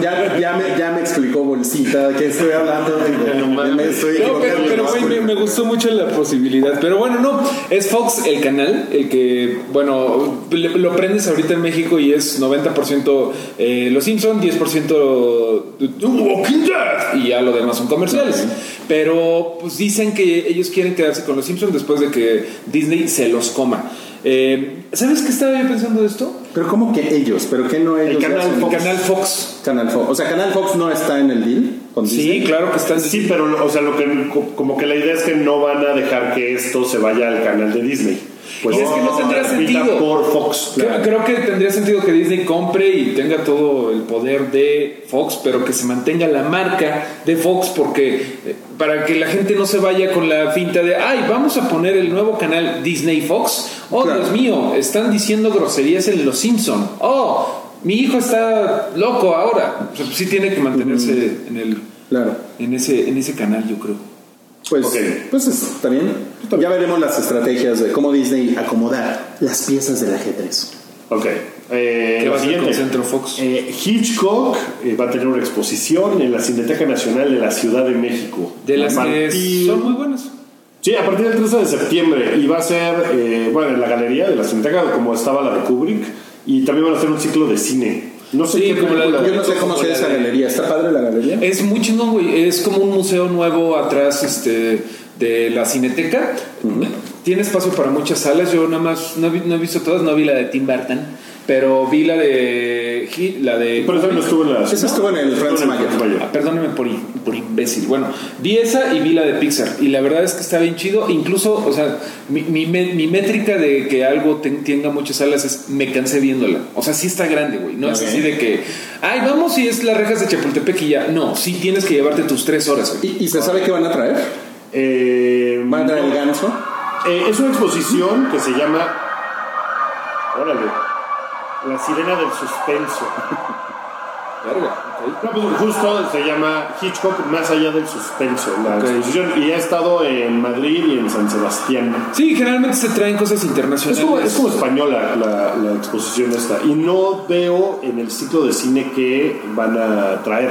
S4: Ya, ya, me, ya me explicó Bolsita que estoy hablando. güey. me estoy
S5: No, pero,
S4: equivocando.
S5: pero, güey, me, me gustó mucho la posibilidad. Pero bueno, no, es Fox el canal, el que, bueno, le- lo prendes ahorita en México y es 90% eh, Los Simpson, 10% The uh, Walking Dead y ya lo demás son comerciales. Pero pues dicen que ellos quieren quedarse con Los Simpson después de que Disney se los coma. Eh, ¿Sabes qué estaba yo pensando de esto?
S4: Pero ¿cómo que ellos? ¿Pero qué no ellos?
S2: canal
S4: Ya son-
S2: Fox.
S5: El canal Fox.
S4: Canal Fox. O sea, Canal Fox no está en el deal con
S5: Sí,
S4: Disney.
S5: claro que están.
S2: Sí, pero, lo- o sea, lo que, co- como que la idea es que no van a dejar que esto se vaya al canal de Disney. Pues
S5: Y es que no tendría
S2: repita
S5: sentido.
S2: Por Fox.
S5: Creo, creo que tendría sentido que Disney compre y tenga todo el poder de Fox, pero que se mantenga la marca de Fox, porque eh, para que la gente no se vaya con la finta de, ay, vamos a poner el nuevo canal Disney Fox. Oh,
S4: Claro.
S5: Dios mío, están diciendo groserías en Los Simpson. Oh, mi hijo está loco ahora. O sea, sí tiene que mantenerse en el,
S4: Claro.
S5: en ese, en ese canal, yo creo.
S4: Pues,
S2: Ok.
S4: pues está bien. Ya veremos las estrategias de cómo Disney acomodar las piezas del ajedrez.
S2: Ok. Eh,
S5: ¿Qué
S2: la
S5: va a hacer con
S2: siguiente.
S5: Centro Fox?
S2: Eh, Hitchcock eh, va a tener una exposición en la Cineteca Nacional de la Ciudad de México.
S5: De las
S2: A
S5: que
S2: partir-
S5: son muy buenas.
S2: Sí, a partir del 13 de septiembre. Y va a ser, eh, bueno, en la galería de la Cineteca, como estaba la de Kubrick. Y también van a hacer un ciclo de cine.
S4: No sé
S5: Sí,
S4: qué
S5: como la-
S4: película- Yo no sé
S5: como
S4: cómo sea
S5: la
S4: esa
S5: de-
S4: galería. ¿Está padre la galería?
S5: Es muy chingón, güey. Es como un museo nuevo atrás este, de la Cineteca. Tiene espacio para muchas salas. Yo nada más no, vi- no he visto todas. No vi la de Tim Burton, pero vi la de Hit- la de.
S2: Pero eso no estuvo en la.
S4: Esa estuvo en el Franz Mayer.
S5: Ah, perdónenme por, in- por imbécil. Bueno, vi esa y vi la de Pixar. Y la verdad es que está bien chido. Incluso, o sea, mi, mi me- mi métrica de que algo ten- tenga muchas alas es me cansé viéndola. O sea, sí está grande, güey. No es así de que, ay, vamos y es las rejas de Chapultepec y ya. No, sí tienes que llevarte tus tres horas, güey.
S4: ¿Y, y se sabe qué van a traer?
S2: Eh,
S4: ¿Van a traer el ganso?
S2: eh, es una exposición que se llama. Órale. La sirena del suspenso. No, pues justo se llama Hitchcock Más allá del suspenso. La
S5: Ok.
S2: exposición. Y ha estado en Madrid y en San Sebastián.
S5: Sí, generalmente se traen cosas internacionales.
S2: Es como, es como española la, la exposición esta. Y no veo en el ciclo de cine que van a traer.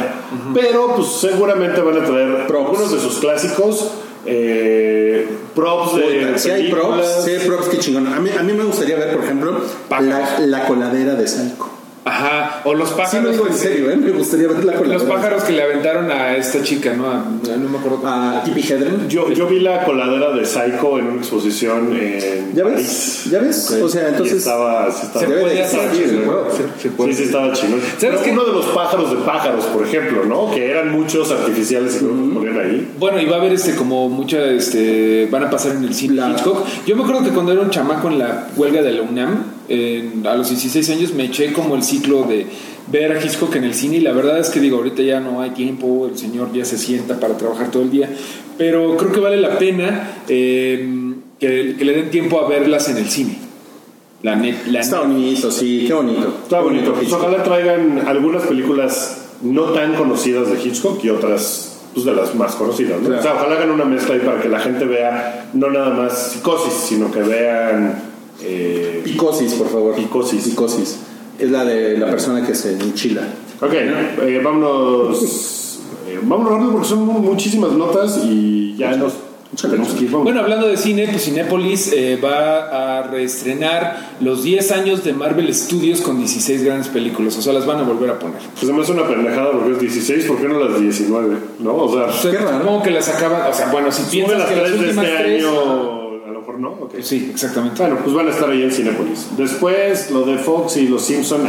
S2: Pero pues seguramente van a traer
S4: Props.
S2: algunos de sus clásicos. eh, props de.
S4: si hay
S2: películas.
S4: props, si hay props, qué chingón. A mí, a mí me gustaría ver, por ejemplo, la, la coladera de Psycho.
S5: Ajá, o los
S4: Sí, lo
S5: pájaros.
S4: digo en serio, ¿eh? Me gustaría ver la coladera.
S5: Los
S4: de
S5: pájaros que le aventaron a esta chica, ¿no? A- no me acuerdo.
S4: Psycho. A Tippi Hedren.
S2: Yo, yo vi la coladera de Psycho en una exposición en
S4: ¿Ya
S2: París.
S4: ves? ¿Ya ves?
S2: Ok.
S4: O sea,
S2: Y
S4: entonces...
S2: estaba, sí estaba
S4: Se debe de
S5: puede hacer,
S4: existir,
S5: se
S4: ¿no?
S5: puede. Se puede.
S2: Sí, sí estaba chingón.
S5: ¿Sabes
S2: Pero
S5: qué?
S2: Uno de los pájaros de pájaros, por ejemplo, ¿no? Que eran muchos artificiales que nos ponían ahí.
S5: Bueno, y va a haber este como mucha este van a pasar en el cine
S4: La-
S5: Hitchcock. Yo me acuerdo que cuando era un chamaco en la huelga de la UNAM, en- a los 16 años me eché como el ciclo de ver a Hitchcock en el cine y la verdad es que digo, ahorita ya no hay tiempo, el señor ya se sienta para trabajar todo el día, pero creo que vale la pena eh, que, que le den tiempo a verlas en el cine. La net, la
S4: Está
S5: net.
S4: bonito, sí, qué bonito.
S2: Está bonito. Pues
S4: Hitchcock.
S2: ojalá traigan algunas películas no tan conocidas de Hitchcock y otras pues, de las más conocidas. ¿no?
S4: Claro.
S2: O sea, ojalá hagan una mezcla ahí para que la gente vea no nada más psicosis, sino que vean. eh,
S4: Picosis, por favor.
S2: Picosis.
S4: Picosis. Es la de la persona que se enchila.
S2: Ok, eh, vámonos. eh, vámonos rápido porque son mu- muchísimas notas y ya nos. tenemos que ir, vamos.
S5: Bueno, hablando de cine, pues Cinépolis eh, va a reestrenar los 10 años de Marvel Studios con 16 grandes películas, o sea, las van a volver a poner.
S2: Pues además es una pendejada porque es 16, ¿por qué no las 19? ¿No? O sea,
S5: O sea,
S4: Qué raro.
S5: Supongo que las acaban, o sea, bueno, si
S2: si
S5: piensas
S2: las
S5: que las
S2: tres de
S5: últimas
S2: este
S5: tres- Ah.
S2: año, a lo mejor no. ok.
S5: Sí, exactamente.
S2: Bueno, pues van a estar ahí en Cinepolis. Después, lo de Fox y los Simpsons.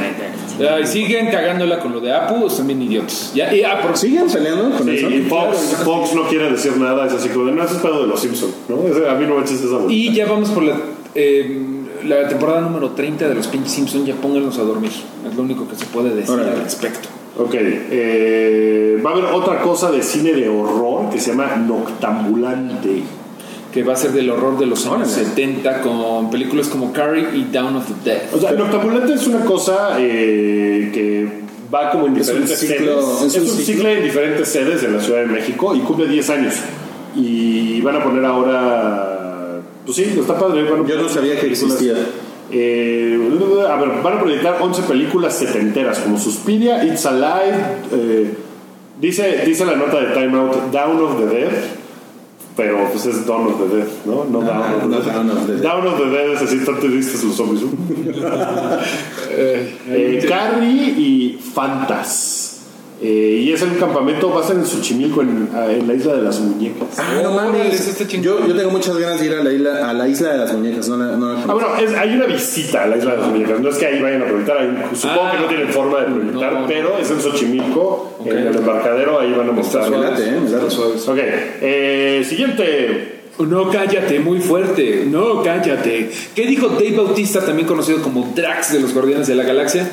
S5: Ah, y siguen cagándola con lo de Apu, son bien idiotas. Ya, y, ah, por-
S4: ¿Siguen peleando con eso?
S2: y Fox, Fox no quiere decir nada, es así como de no, eso es pedo de los Simpsons, ¿no? Ese- A mí no me eches esa
S5: y
S2: bolita.
S5: ya vamos por la, eh, la temporada número 30 de los pinches Simpsons, ya pónganlos a dormir. Es lo único que se puede decir
S4: Órale.
S5: al respecto.
S2: Ok, eh, va a haber otra cosa de cine de horror que se llama Noctambulante.
S5: Que va a ser del horror de los años
S4: Órale.
S5: 70 con películas como Carrie y Down of the Dead.
S2: O sea, Noctambulante es una cosa eh, que va como en
S4: Es un
S2: diferentes
S4: ciclo-
S2: sedes.
S4: es
S2: Es un,
S4: un
S2: ciclo.
S4: ciclo.
S2: en diferentes sedes en la Ciudad de México y cumple 10 años. Y van a poner ahora. Pues sí, está padre. van a
S4: Yo no sabía que
S2: películas.
S4: existía.
S2: Eh, a ver, van a proyectar 11 películas setenteras como Suspiria, It's Alive. eh, dice, dice la nota de Time Out, Down of the Dead. Pero pues es Dawn of the Dead, ¿no? No,
S4: Ah,
S2: Down, of the
S4: no,
S2: Dead.
S4: Dawn of the Dead.
S2: Down of the Dead es así, tan tristes los zombies. Eh, Carrie y Fantas. Eh, y es en un campamento, va a ser en Xochimilco, en, ah, en la isla de las muñecas.
S4: Ah, no
S5: Órale, eso
S4: mames.
S5: está chingón.
S4: Yo, yo tengo muchas ganas de ir a la isla, a la isla de las muñecas. No la, no la
S2: Ah,
S4: conozco.
S2: bueno, es- hay una visita a la isla de las muñecas. No es que ahí vayan a proyectar, ahí- supongo
S5: Ah.
S2: que no tienen forma de proyectar,
S5: No.
S2: pero es en Xochimilco,
S5: Ok.
S2: en el embarcadero, ahí van a mostrar.
S4: Me late, eh, me late.
S2: Ok, eh, siguiente.
S5: No cállate, muy fuerte. No cállate. ¿Qué dijo Dave Bautista, también conocido como Drax de los Guardianes de la Galaxia?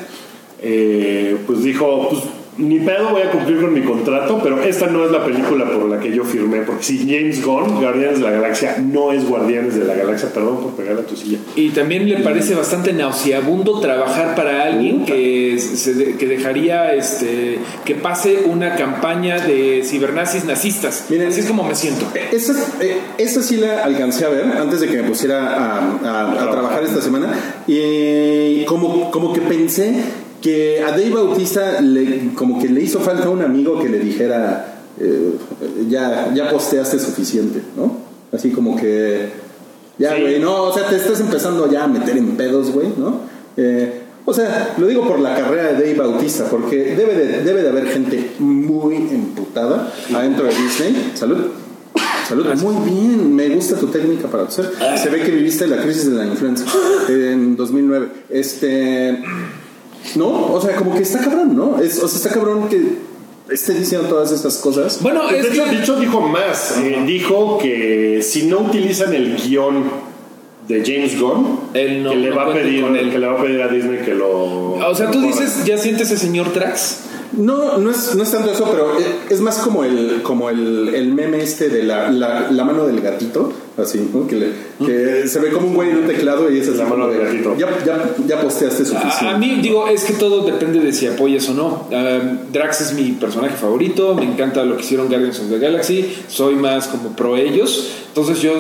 S2: Eh, pues dijo, pues ni pedo voy a cumplir con mi contrato, pero esta no es la película por la que yo firmé, porque si James Gunn, Guardianes de la Galaxia, no es Guardianes de la Galaxia, perdón por pegarle a tu silla.
S5: Y también le parece bastante nauseabundo trabajar para alguien que, se de- que dejaría este, que pase una campaña de cibernazis nazistas.
S4: Miren.
S5: Así es como me siento.
S4: Esa, eh, esa sí la alcancé a ver antes de que me pusiera a, a- a trabajar esta semana. Y como, como que pensé que a Dave Bautista le, como que le hizo falta un amigo que le dijera, eh, ya, ya posteaste suficiente, ¿no? Así como que... Ya,
S2: Sí.
S4: güey, no, o sea, te estás empezando ya a meter en pedos, güey, ¿no? Eh, o sea, lo digo por la carrera de Dave autista, porque debe de, debe de haber gente muy emputada adentro de Disney. Salud. Salud. Muy bien, me gusta tu técnica para hacer.
S2: Ah.
S4: Se ve que viviste la crisis de la influenza eh, en 2009. Este. No, o sea, como que está cabrón, ¿no? Es, o sea, está cabrón que esté diciendo todas estas cosas.
S5: Bueno,
S3: pues,
S2: De
S5: es
S2: hecho,
S5: que.
S2: dicho dijo más. Eh, dijo que si no utilizan el guión de James Gunn,
S5: Él Eh, no-
S2: que, le
S5: no
S2: va a
S5: cuenta
S2: pedir,
S5: con él.
S2: que le va a pedir a Disney que lo.
S5: O sea,
S2: que
S5: tú
S2: lo
S5: dices, ya sientes ese señor Trax.
S4: No, no es, no es tanto eso, pero e- es más como el, como el, el meme este de la, la, la mano del gatito, así, ¿no? que, le- que se ve como un güey en un teclado y esa es
S2: Mm. La mano
S4: como
S2: del
S4: de,
S2: gatito.
S4: Ya, ya, ya posteaste suficiente.
S5: A, a mí, digo, es que todo depende de si apoyas o no. Um, Drax es mi personaje favorito, me encanta lo que hicieron Guardians of the Galaxy, soy más como pro ellos. Entonces yo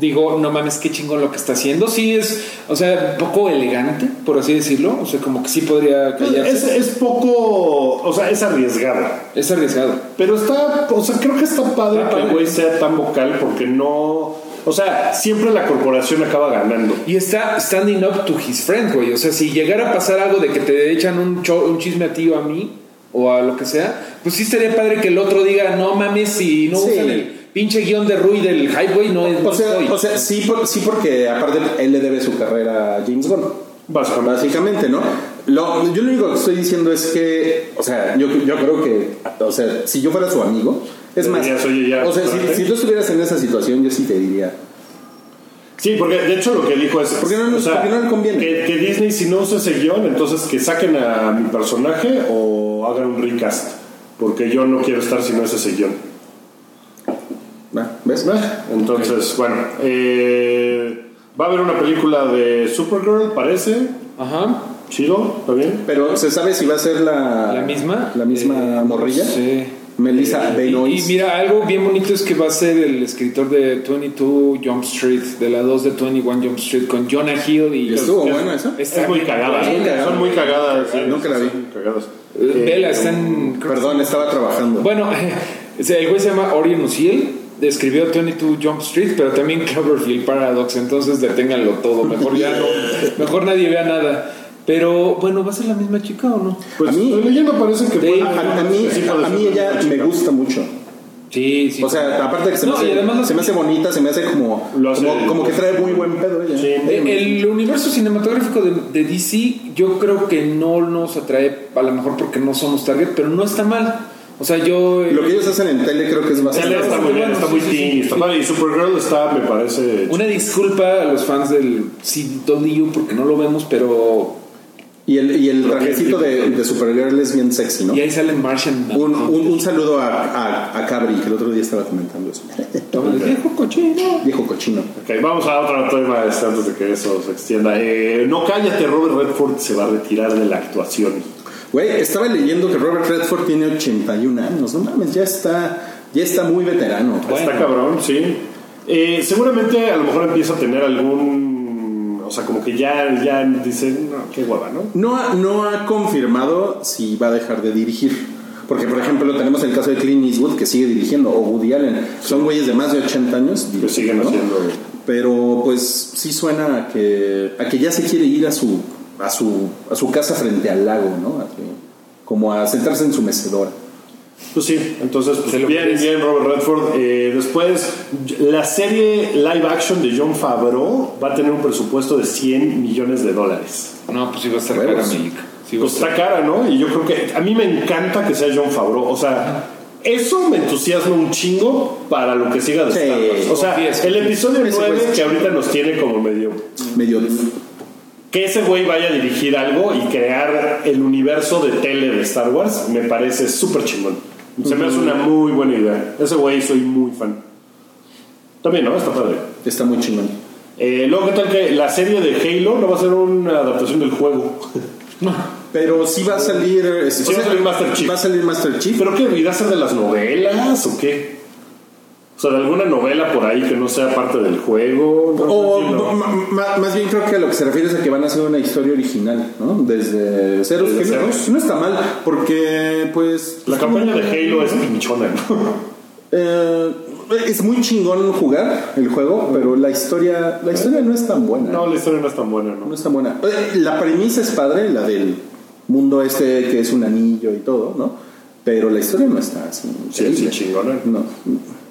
S5: digo, no mames, qué chingón lo que está haciendo. Sí es, o sea, un poco elegante, por así decirlo. O sea, como que sí podría
S2: corran.
S5: callarse.
S2: Es, es poco. O sea, es arriesgado.
S5: es arriesgado.
S2: Pero está. O sea, creo que está padre
S5: Está
S2: que el
S5: padre.
S2: güey sea tan vocal porque no. O sea, siempre la corporación acaba ganando.
S5: Y está standing up to his friend, güey. O sea, si llegara a pasar algo de que te echan un, cho- un chisme a ti o a mí, o a lo que sea, pues sí estaría padre que el otro diga, no mames, si no
S4: Sí.
S5: usan el pinche guión de Rui del Highway, no es.
S4: O sea, o sea sí, por- sí, porque aparte él le debe su carrera a James Gunn.
S2: Básicamente.
S4: Básicamente, ¿no? Lo, yo lo único que estoy diciendo es que, o sea, yo, yo creo que, o sea, si yo fuera su amigo, es
S2: Le
S4: más,
S2: dirías, "Oye, ya,
S4: o sea, si,
S2: espérate".
S4: si tú estuvieras en esa situación, yo sí te diría,
S2: Sí, porque de hecho lo que dijo es.
S4: ¿Por qué no- por qué no le conviene?
S2: Que, que Disney, si no usa ese guión, entonces que saquen a mi personaje o hagan un recast. Porque yo no quiero estar si no es ese guión.
S4: "Va, ¿ves?
S2: Entonces, bueno. eh, va a haber una película de Supergirl, parece.
S5: Ajá.
S2: Chido, ¿está bien?
S4: Pero se sabe si va a ser la,
S5: La misma.
S4: la misma
S5: Eh,
S4: morrilla.
S5: no sé.
S4: Melissa
S5: Y, y
S4: Benoist.
S5: mira, algo bien bonito es que va a ser el escritor de 22 Jump Street, de la 2 de 21 Jump Street, con Jonah Hill y.
S4: Estuvo bueno eso.
S5: Está
S2: es muy
S5: bien.
S2: cagada.
S4: muy cagada.
S2: Son muy cagadas. sí,
S4: Nunca la vi.
S2: son cagadas.
S5: Eh, Vela, está en. creo que
S4: Perdón, estaba trabajando.
S5: Bueno, o sea, el güey se llama Orion Uciel, escribió 22 Jump Street, pero también Cloverfield Paradox, entonces deténganlo todo, mejor ya no, mejor nadie vea nada. Pero bueno, ¿va a ser la misma chica o no?
S2: Pues
S4: A mí-
S2: estoy leyendo, parece que
S5: De-
S2: puede-
S4: a, a mí,
S2: sí, puede
S4: a,
S2: ser
S4: a mí
S2: una
S4: ella
S2: chica.
S4: me gusta mucho.
S5: Sí, sí.
S4: O sea, aparte de que se,
S5: No,
S4: me,
S5: y además
S4: hace,
S5: las-
S4: se me hace bonita, se me hace como,
S2: Lo hace-
S4: como, como que trae muy buen pedo ella.
S2: Sí, muy-
S5: el, E, el universo cinematográfico de, de DC yo creo que no nos atrae, a lo mejor porque no somos target, pero no está mal. O sea, yo... eh,
S4: Lo que ellos hacen en tele creo que es
S2: Ya le-
S4: bastante...
S2: está muy bien, está muy teen, está padre. Y Supergirl está, me parece.
S5: Una disculpa a los fans del CW porque no lo vemos, pero...
S4: Y el, y el trajecito de, de Supergirl es bien sexy, ¿no?
S5: Y ahí sale Martian. Man.
S4: Un, un, un saludo a, a, a Cabri, que el otro día estaba comentando eso.
S5: El viejo cochino.
S4: Viejo cochino.
S2: Ok, vamos a otro tema este, antes de que eso se extienda. Eh, no cállate, Robert Redford se va a retirar de la actuación.
S4: Güey, estaba leyendo que Robert Redford tiene 81 años. No mames, ya está, ya está muy veterano.
S2: Está cabrón, sí. Eh, seguramente a lo mejor empieza a tener algún. O sea, como que ya, ya dicen, no, qué guapa, ¿no?
S4: No ha, no ha confirmado si va a dejar de dirigir. Porque, por ejemplo, tenemos el caso de Clint Eastwood, que sigue dirigiendo, o Woody Allen. Son güeyes de más de 80 años.
S2: Que siguen
S4: ¿no?
S2: haciendo.
S4: Pero, pues, sí suena a que, a que ya se quiere ir a su, a su, a su casa frente al lago, ¿no? Así, como a sentarse en su mecedora.
S2: Pues sí, entonces, pues,
S5: Se lo
S2: bien,
S5: merece.
S2: bien, Robert Redford. Eh, después, la serie live action de John Favreau va a tener un presupuesto de 100 millones de dólares.
S5: No, pues iba a estar
S4: Huevos.
S5: cara América. Sí, iba a
S2: Pues
S5: estar-
S2: está cara, ¿no? Y yo creo que a mí me encanta que sea John Favreau. O sea, eso me entusiasma un chingo para lo que siga de
S4: Sí.
S2: Star Wars. O sea,
S5: Confieso.
S2: el episodio
S4: Ese
S2: 9
S4: güey es
S2: que ahorita nos tiene como medio.
S4: Medio.
S2: Que ese güey vaya a dirigir algo y crear el universo de tele de Star Wars me parece súper chingón. Se me hace una muy buena idea. Ese güey soy muy fan. También, ¿no? Está padre.
S4: Está muy chingón.
S2: Eh, luego, ¿qué tal que la serie de Halo no va a ser una adaptación del juego?
S4: Pero sí va a salir. eh, sí-
S2: Sí va a salir Master Chief.
S4: Va a salir Master Chief.
S2: ¿Pero qué? ¿Irá a ser de las novelas o qué? O sea, de alguna novela por ahí que no sea parte del juego. No,
S4: O
S2: no entiendo.
S4: ma- ma- más bien creo que a lo que se refiere es a que van a hacer una historia original, ¿no? Desde ceros.
S2: Desde
S4: que no-
S2: ceros.
S4: No, está mal, porque pues...
S2: la campaña de Halo es pinchona, ¿no?
S4: Eh, es muy chingón jugar el juego, pero la historia, la historia no es tan buena.
S2: No, la historia no es tan buena, ¿no?
S4: No es tan buena. Eh, La premisa es padre, la del mundo este que es un anillo y todo, ¿no? Pero la historia no está así.
S2: Sí,
S4: increíble.
S2: sí, chingona.
S4: No.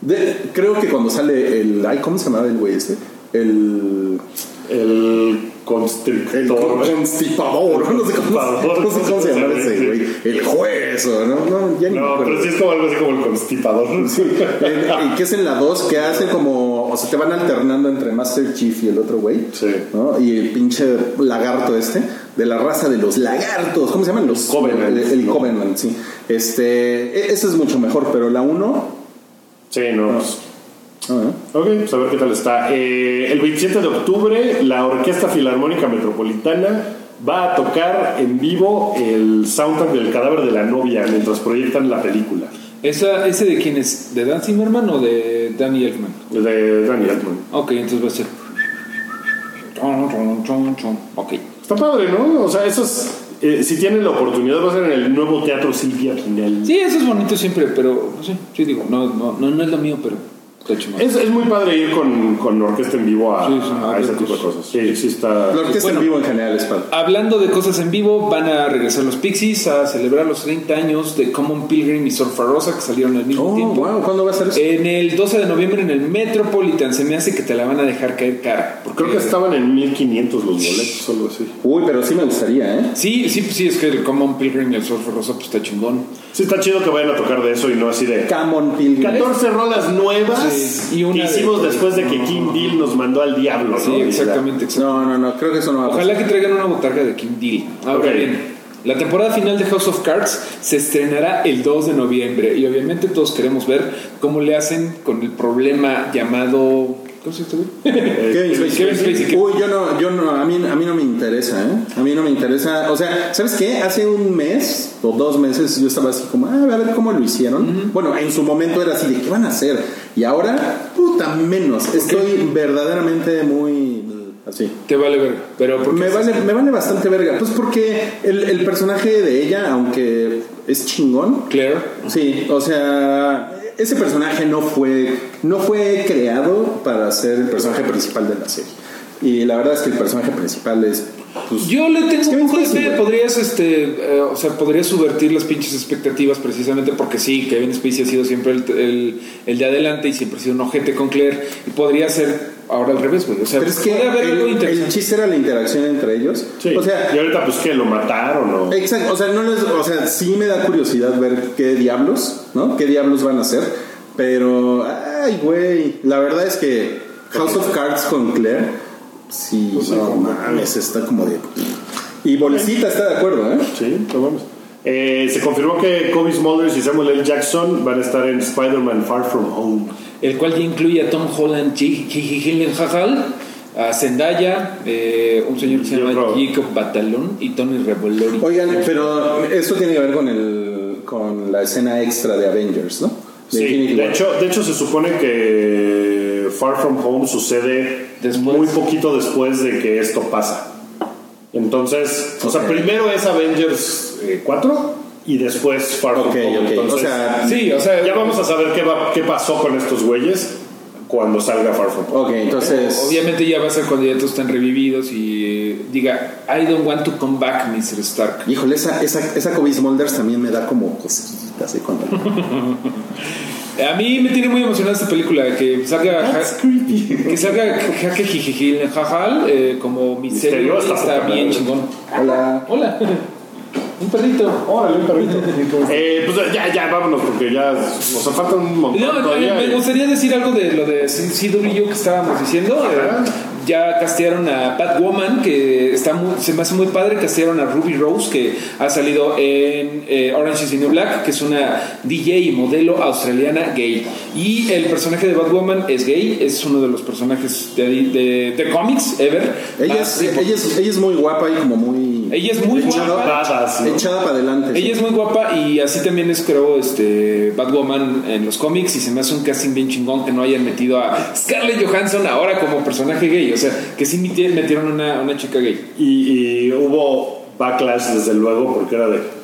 S4: De- creo que cuando sale el. Ay, ¿Cómo se llamaba el güey este? El.
S2: El constrictor.
S4: El constipador. No sé cómo, no sé cómo se llamaba ese güey. El juez, o no, no, ya ni me
S2: No,
S4: acuerdo.
S2: pero sí es como algo así como el constipador.
S4: En- en- que es en la 2 que hace como o sea te van alternando entre Master Chief y el otro güey
S2: Sí.
S4: ¿no? y el pinche lagarto este de la raza de los lagartos ¿cómo se llaman? los
S2: Covenant,
S4: el, el
S2: ¿no?
S4: Covenant sí este e- ese es mucho mejor pero la ah, 1
S2: Sí, no. pues,
S4: ¿eh?
S2: Ok, pues a ver qué tal está. Eh, el 27 de octubre, la Orquesta Filarmónica Metropolitana va a tocar en vivo el soundtrack del cadáver de la novia mientras proyectan la película
S5: ¿Esa, ¿Ese de quién es? ¿De Dan Zimmerman o de Danny Elfman?
S2: de Danny Elfman.
S5: Ok, entonces va a ser. Chon, chon, chon, chon. Ok.
S2: Está padre, ¿no? O sea, eso es. eh, si tienen la oportunidad, va a ser en el nuevo teatro Silvia Pinel.
S5: Sí, eso es bonito siempre, pero. No sé, sí, digo, no, no, no, no es lo mío, pero. Está chingón.
S2: Es, es muy padre ir con, con orquesta en vivo a,
S5: Sí, sí,
S2: a
S5: a
S2: ese
S5: ver,
S2: tipo de
S5: pues.
S2: cosas. Sí, sí está.
S4: la orquesta
S5: Bueno.
S4: en vivo en general es padre
S5: Hablando de cosas en vivo, van a regresar los Pixies a celebrar los 30 años de Common Pilgrim y Surfarosa que salieron al mismo
S4: oh
S5: tiempo.
S4: wow ¿cuándo va a ser eso?
S5: En el 12 de noviembre en el Metropolitan se me hace que te la van a dejar caer cara. porque-
S2: Creo que estaban en 1500 los boletos, algo así.
S4: uy pero sí me gustaría ¿eh?
S5: Sí, sí, sí, es que el Common Pilgrim y el Surfarosa pues está chingón.
S2: Sí, está chido que vayan a tocar de eso y no así de.
S4: Camon Pilgrim
S2: 14 rolas nuevas
S5: Sí, y una
S2: que
S5: de-
S2: hicimos después de que Kim Deal nos mandó al diablo, ¿no?
S5: Sí,
S2: Y la-
S5: exactamente, exactamente.
S4: no no no creo que eso no va a pasar
S5: Ojalá que traigan una botarga de Kim Deal. Ahora
S2: Ok.
S5: bien, la temporada final de House of Cards se estrenará el 2 de noviembre y obviamente todos queremos ver cómo le hacen con el problema llamado... ¿Cómo se llama? este güey?
S2: Eh,
S4: Kevin Spacey.
S5: Kevin Spacey, que-
S4: Uy, yo no, yo no, a mí, a mí no me interesa, ¿eh? A mí no me interesa. O sea, ¿sabes qué? Hace un mes o dos meses yo estaba así como, ah, a ver cómo lo hicieron. Bueno, en su momento era así de, ¿qué van a hacer? Y ahora, puta menos. Estoy verdaderamente muy. mm, Así.
S5: Te vale ver, pero porque...
S4: Me vale, me vale bastante verga. Pues porque el, el personaje de ella, aunque es chingón,
S5: Claire.
S4: Sí, o sea, ese personaje no fue, no fue creado para ser el personaje principal de la serie. Y la verdad es que el personaje principal es. pues,
S5: Yo le tengo
S4: que
S5: un poco de
S4: es
S5: fe,
S4: igual.
S5: podrías, este, eh, o sea, podrías subvertir las pinches expectativas precisamente porque sí, Kevin Spacey ha sido siempre el, el, el de adelante y siempre ha sido un ojete con Claire y podría ser ahora al revés, güey. O sea,
S4: Pero es que
S5: puede haber algo
S4: el,
S5: interesante.
S4: el chiste era la interacción entre ellos.
S2: sí.
S4: O sea,
S2: y ahorita pues que lo mataron o
S4: exacto, o sea, no les- o sea, sí me da curiosidad ver qué diablos, ¿no? ¿Qué diablos van a hacer? Pero, ay, güey, la verdad es que House of Cards con Claire, sí, no mames, está como de. Y Bolsita está de acuerdo, ¿eh?
S2: sí, no mames. Eh, se confirmó que Kobe Smulders y Samuel L. Jackson van a estar en Spider-Man Far From Home.
S5: el cual ya incluye a Tom Holland, Jake Gyllenhaal, a Zendaya, eh, un señor que se
S2: Y
S5: llama
S2: otro.
S5: Jacob Batalón y Tony Revolori.
S4: Oigan, pero esto tiene que ver con el con la escena extra de Avengers, ¿no? De
S2: Sí,
S4: Infinity
S2: de
S4: War.
S2: hecho, de hecho se supone que Far From Home sucede
S5: Después.
S2: muy poquito después de que esto pasa. Entonces, o sea,
S4: Ok.
S2: primero es Avengers eh, 4 y después Far
S4: Ok,
S2: From Home.
S4: ok,
S2: Entonces,
S4: o sea,
S5: Sí, o sea,
S2: ya vamos a saber qué, va- qué pasó con estos güeyes cuando salga Far From Home.
S4: ok, entonces
S5: Obviamente ya va a ser cuando ya todos están revividos y eh, diga, I don't want to come back, Mr. Stark.
S4: Híjole, esa, esa, esa Kobe Smulders también me da como cosquillitas ¿eh? cuando
S5: A mí me tiene muy emocionada esta película, que salga... Ja- Que salga Jake Gyllenhaal eh, como misterio,
S2: Misterio, está
S5: está
S2: poca
S5: bien
S2: madre.
S5: chingón.
S4: Hola.
S5: Hola. Un perrito.
S2: Eh, pues ya, ya, vámonos porque ya nos falta un montón
S5: No,
S2: todavía.
S5: me, me gustaría decir algo de lo de CW que estábamos diciendo.
S2: Ajá.
S5: Eh, ya castearon a Batwoman, que está muy- se me hace muy padre. Castearon a Ruby Rose, que ha salido en eh, Orange is the New Black, que es una DJ y modelo australiana gay. Y el personaje de Batwoman es gay, es uno de los personajes de, de, de cómics ever.
S4: Ella
S5: Más
S4: es,
S5: rico.
S4: ella, es, ella es muy guapa y como muy
S5: Ah, Ella es muy
S2: Echado
S5: guapa.
S2: dadas, ¿no?
S4: echada para adelante. sí.
S5: Ella es muy guapa y así también es, creo, este, Batwoman en los cómics. Y se me hace un casting bien chingón que no hayan metido a Scarlett Johansson ahora como personaje gay. O sea, que sí meti- metieron una, una chica gay.
S2: Y, y hubo backlash, desde luego, porque era de.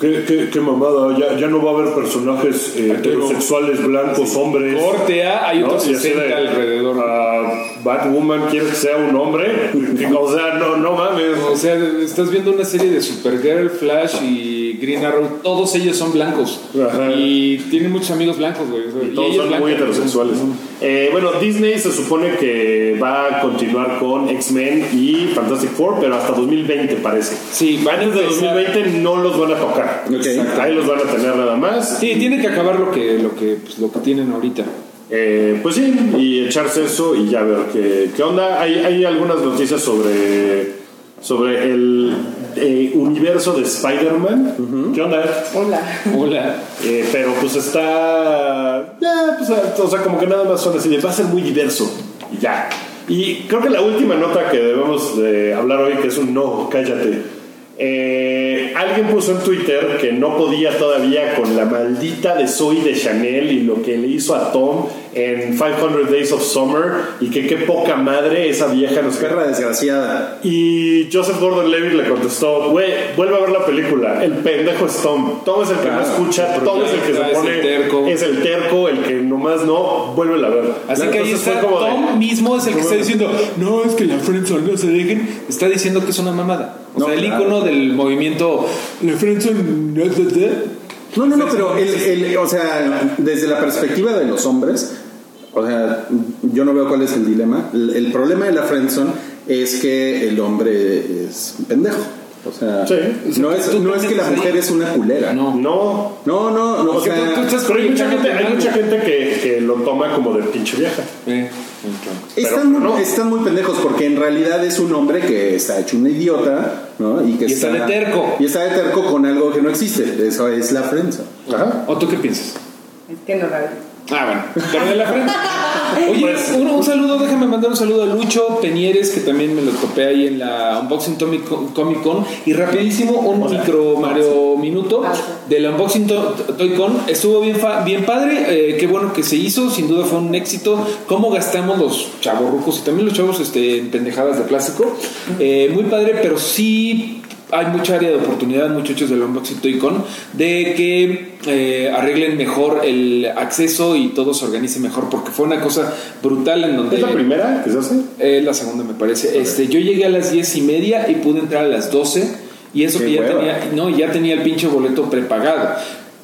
S2: Qué, qué- qué mamada, ya, ya no va a haber personajes eh, heterosexuales, blancos, hombres.
S5: Corte A, hay
S2: ¿no?
S5: otros
S2: Y así
S5: 60
S2: de,
S5: alrededor.
S2: ah, Batwoman, ¿quieres que sea un hombre? O sea, no, no mames.
S5: O sea, estás viendo una serie de Supergirl, Flash y Green Arrow. Todos ellos son blancos.
S2: Ajá.
S5: Y tienen muchos amigos blancos, güey. O sea, y
S2: Todos
S5: ella es
S2: son
S5: blanca.
S2: muy heterosexuales. Eh, bueno, Disney se supone que va a continuar con X-Men y Fantastic Four, pero hasta 2020 parece.
S5: Sí, van a
S2: Antes de
S5: empezar-
S2: 2020 no los van a tocar.
S4: Ok.
S2: Exacto. Ahí los van a tener nada más.
S5: Sí, tiene que acabar lo que, lo que, pues, lo que tienen ahorita.
S2: Eh, pues sí, y echarse eso y ya ver qué, qué onda. Hay, hay algunas noticias sobre, sobre el eh, universo de Spider-Man. ¿Qué onda?
S7: Hola.
S5: Hola.
S2: Eh, pero pues está. ya, pues, o sea, como que nada más son así de, va a ser muy diverso. Y ya. Y creo que la última nota que debemos de hablar hoy, que es un no, cállate. Eh, alguien puso en Twitter que no podía todavía con la maldita de Zoe de Chanel y lo que le hizo a Tom en 500 Days of Summer y que qué poca madre esa vieja nos
S4: Perra desgraciada.
S2: y Joseph Gordon-Levitt le contestó, güey, vuelve a ver la película. El pendejo es Tom. Tom es el que
S5: Claro,
S2: no escucha,
S5: el
S2: Tom es el que se
S5: protagonista,
S2: pone.
S5: es el terco.
S2: es el terco, el que nomás no, vuelve a ver.
S5: Así que ahí
S2: Entonces fue
S5: está
S2: como de,
S5: Tom mismo es el que está diciendo, no, es que la friendzone no se dejen. Está diciendo que es una mamada. O
S4: No,
S5: sea, el
S4: claro.
S5: icono del movimiento, la friendzone no se dejen".
S4: No, no, no, pero el, el- o sea, desde la perspectiva de los hombres, o sea, yo no veo cuál es el dilema. El, el problema de la friendzone es que el hombre es un pendejo. O sea,
S2: Sí.
S4: no, es, no es que la mujer es una culera. No,
S5: No.
S2: No.
S4: no, no. o
S2: Porque
S4: sea,
S2: tú- tú estás- pero hay mucha gente, hay mucha gente que, que lo toma como de pinche vieja.
S5: Eh,
S4: Están, muy,
S2: no.
S4: están muy pendejos porque en realidad es un hombre que está hecho un idiota, ¿no? Y que
S5: Y está de terco.
S4: Y está de terco con algo que no existe. Eso es la prensa.
S2: Ajá.
S5: ¿O tú qué piensas?
S7: Es que no la Pues, veo.
S5: Ah, bueno, pero de la frente. Oye, un, un saludo, déjame mandar un saludo a Lucho Peñeres, que también me lo topé ahí en la Unboxing Tomic- Comic Con. Y rapidísimo, un micro Mario minuto
S7: Ah, sí.
S5: del Unboxing To- Toy Con. Estuvo bien, fa- bien padre, eh, qué bueno que se hizo, sin duda fue un éxito. ¿Cómo gastamos los chavorrucos y también los chavos este, en pendejadas de plástico? Eh, muy padre, pero sí hay mucha área de oportunidad, muchachos del Unboxing Toy Con, de que eh, arreglen mejor el acceso y todo se organice mejor, porque fue una cosa brutal en donde...
S2: ¿Es la primera que se hace?
S5: Eh, la segunda me parece. Este, yo llegué a las diez y media y pude entrar a las 12 y eso
S4: Qué
S5: que ya
S4: hueva.
S5: tenía, no, ya tenía el pinche boleto prepagado.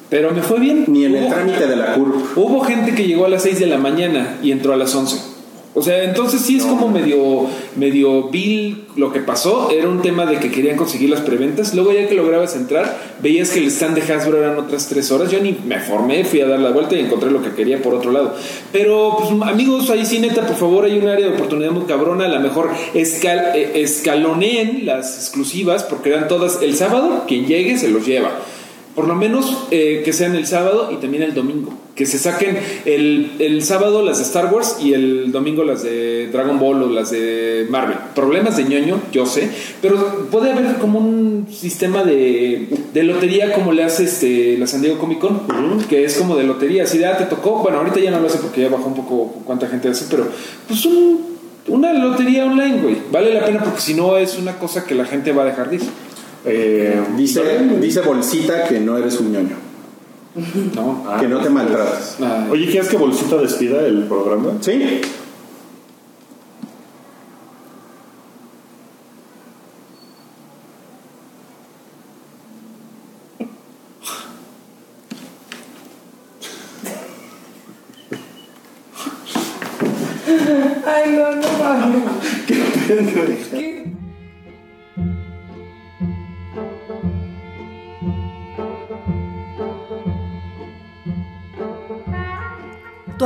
S5: Pero me fue bien.
S4: Ni en el
S5: Hubo-
S4: trámite de la curva.
S5: Hubo gente que llegó a las 6 de la mañana y entró a las 11. O sea, entonces sí es como medio, medio vil lo que pasó. Era un tema de que querían conseguir las preventas. Luego ya que lograbas entrar, veías que el stand de Hasbro eran otras tres horas. Yo ni me formé, fui a dar la vuelta y encontré lo que quería por otro lado. Pero pues, amigos, ahí sí neta, por favor, hay un área de oportunidad muy cabrona. A lo mejor escal- eh, escaloneen las exclusivas porque eran todas el sábado. Quien llegue se los lleva. Por lo menos eh, que sean el sábado y también el domingo. Que se saquen el, el sábado las de Star Wars y el domingo las de Dragon Ball o las de Marvel. Problemas de ñoño, yo sé. Pero puede haber como un sistema de, de lotería como le hace este, la San Diego Comic Con. Que es como de lotería. Si ya te tocó, bueno, ahorita ya no lo hace porque ya bajó un poco cuánta gente hace. Pero pues un- una lotería online, güey. Vale la pena porque si no es una cosa que la gente va a dejar de ir.
S2: Eh,
S4: Dice, dice Bolsita que no eres un ñoño.
S5: No.
S4: que no te maltratas.
S5: Ay.
S2: Oye, ¿quieres que Bolsita despida el programa?
S4: ¿Sí?
S7: Ay, no, no, Pablo. ¿Qué?
S1: Tu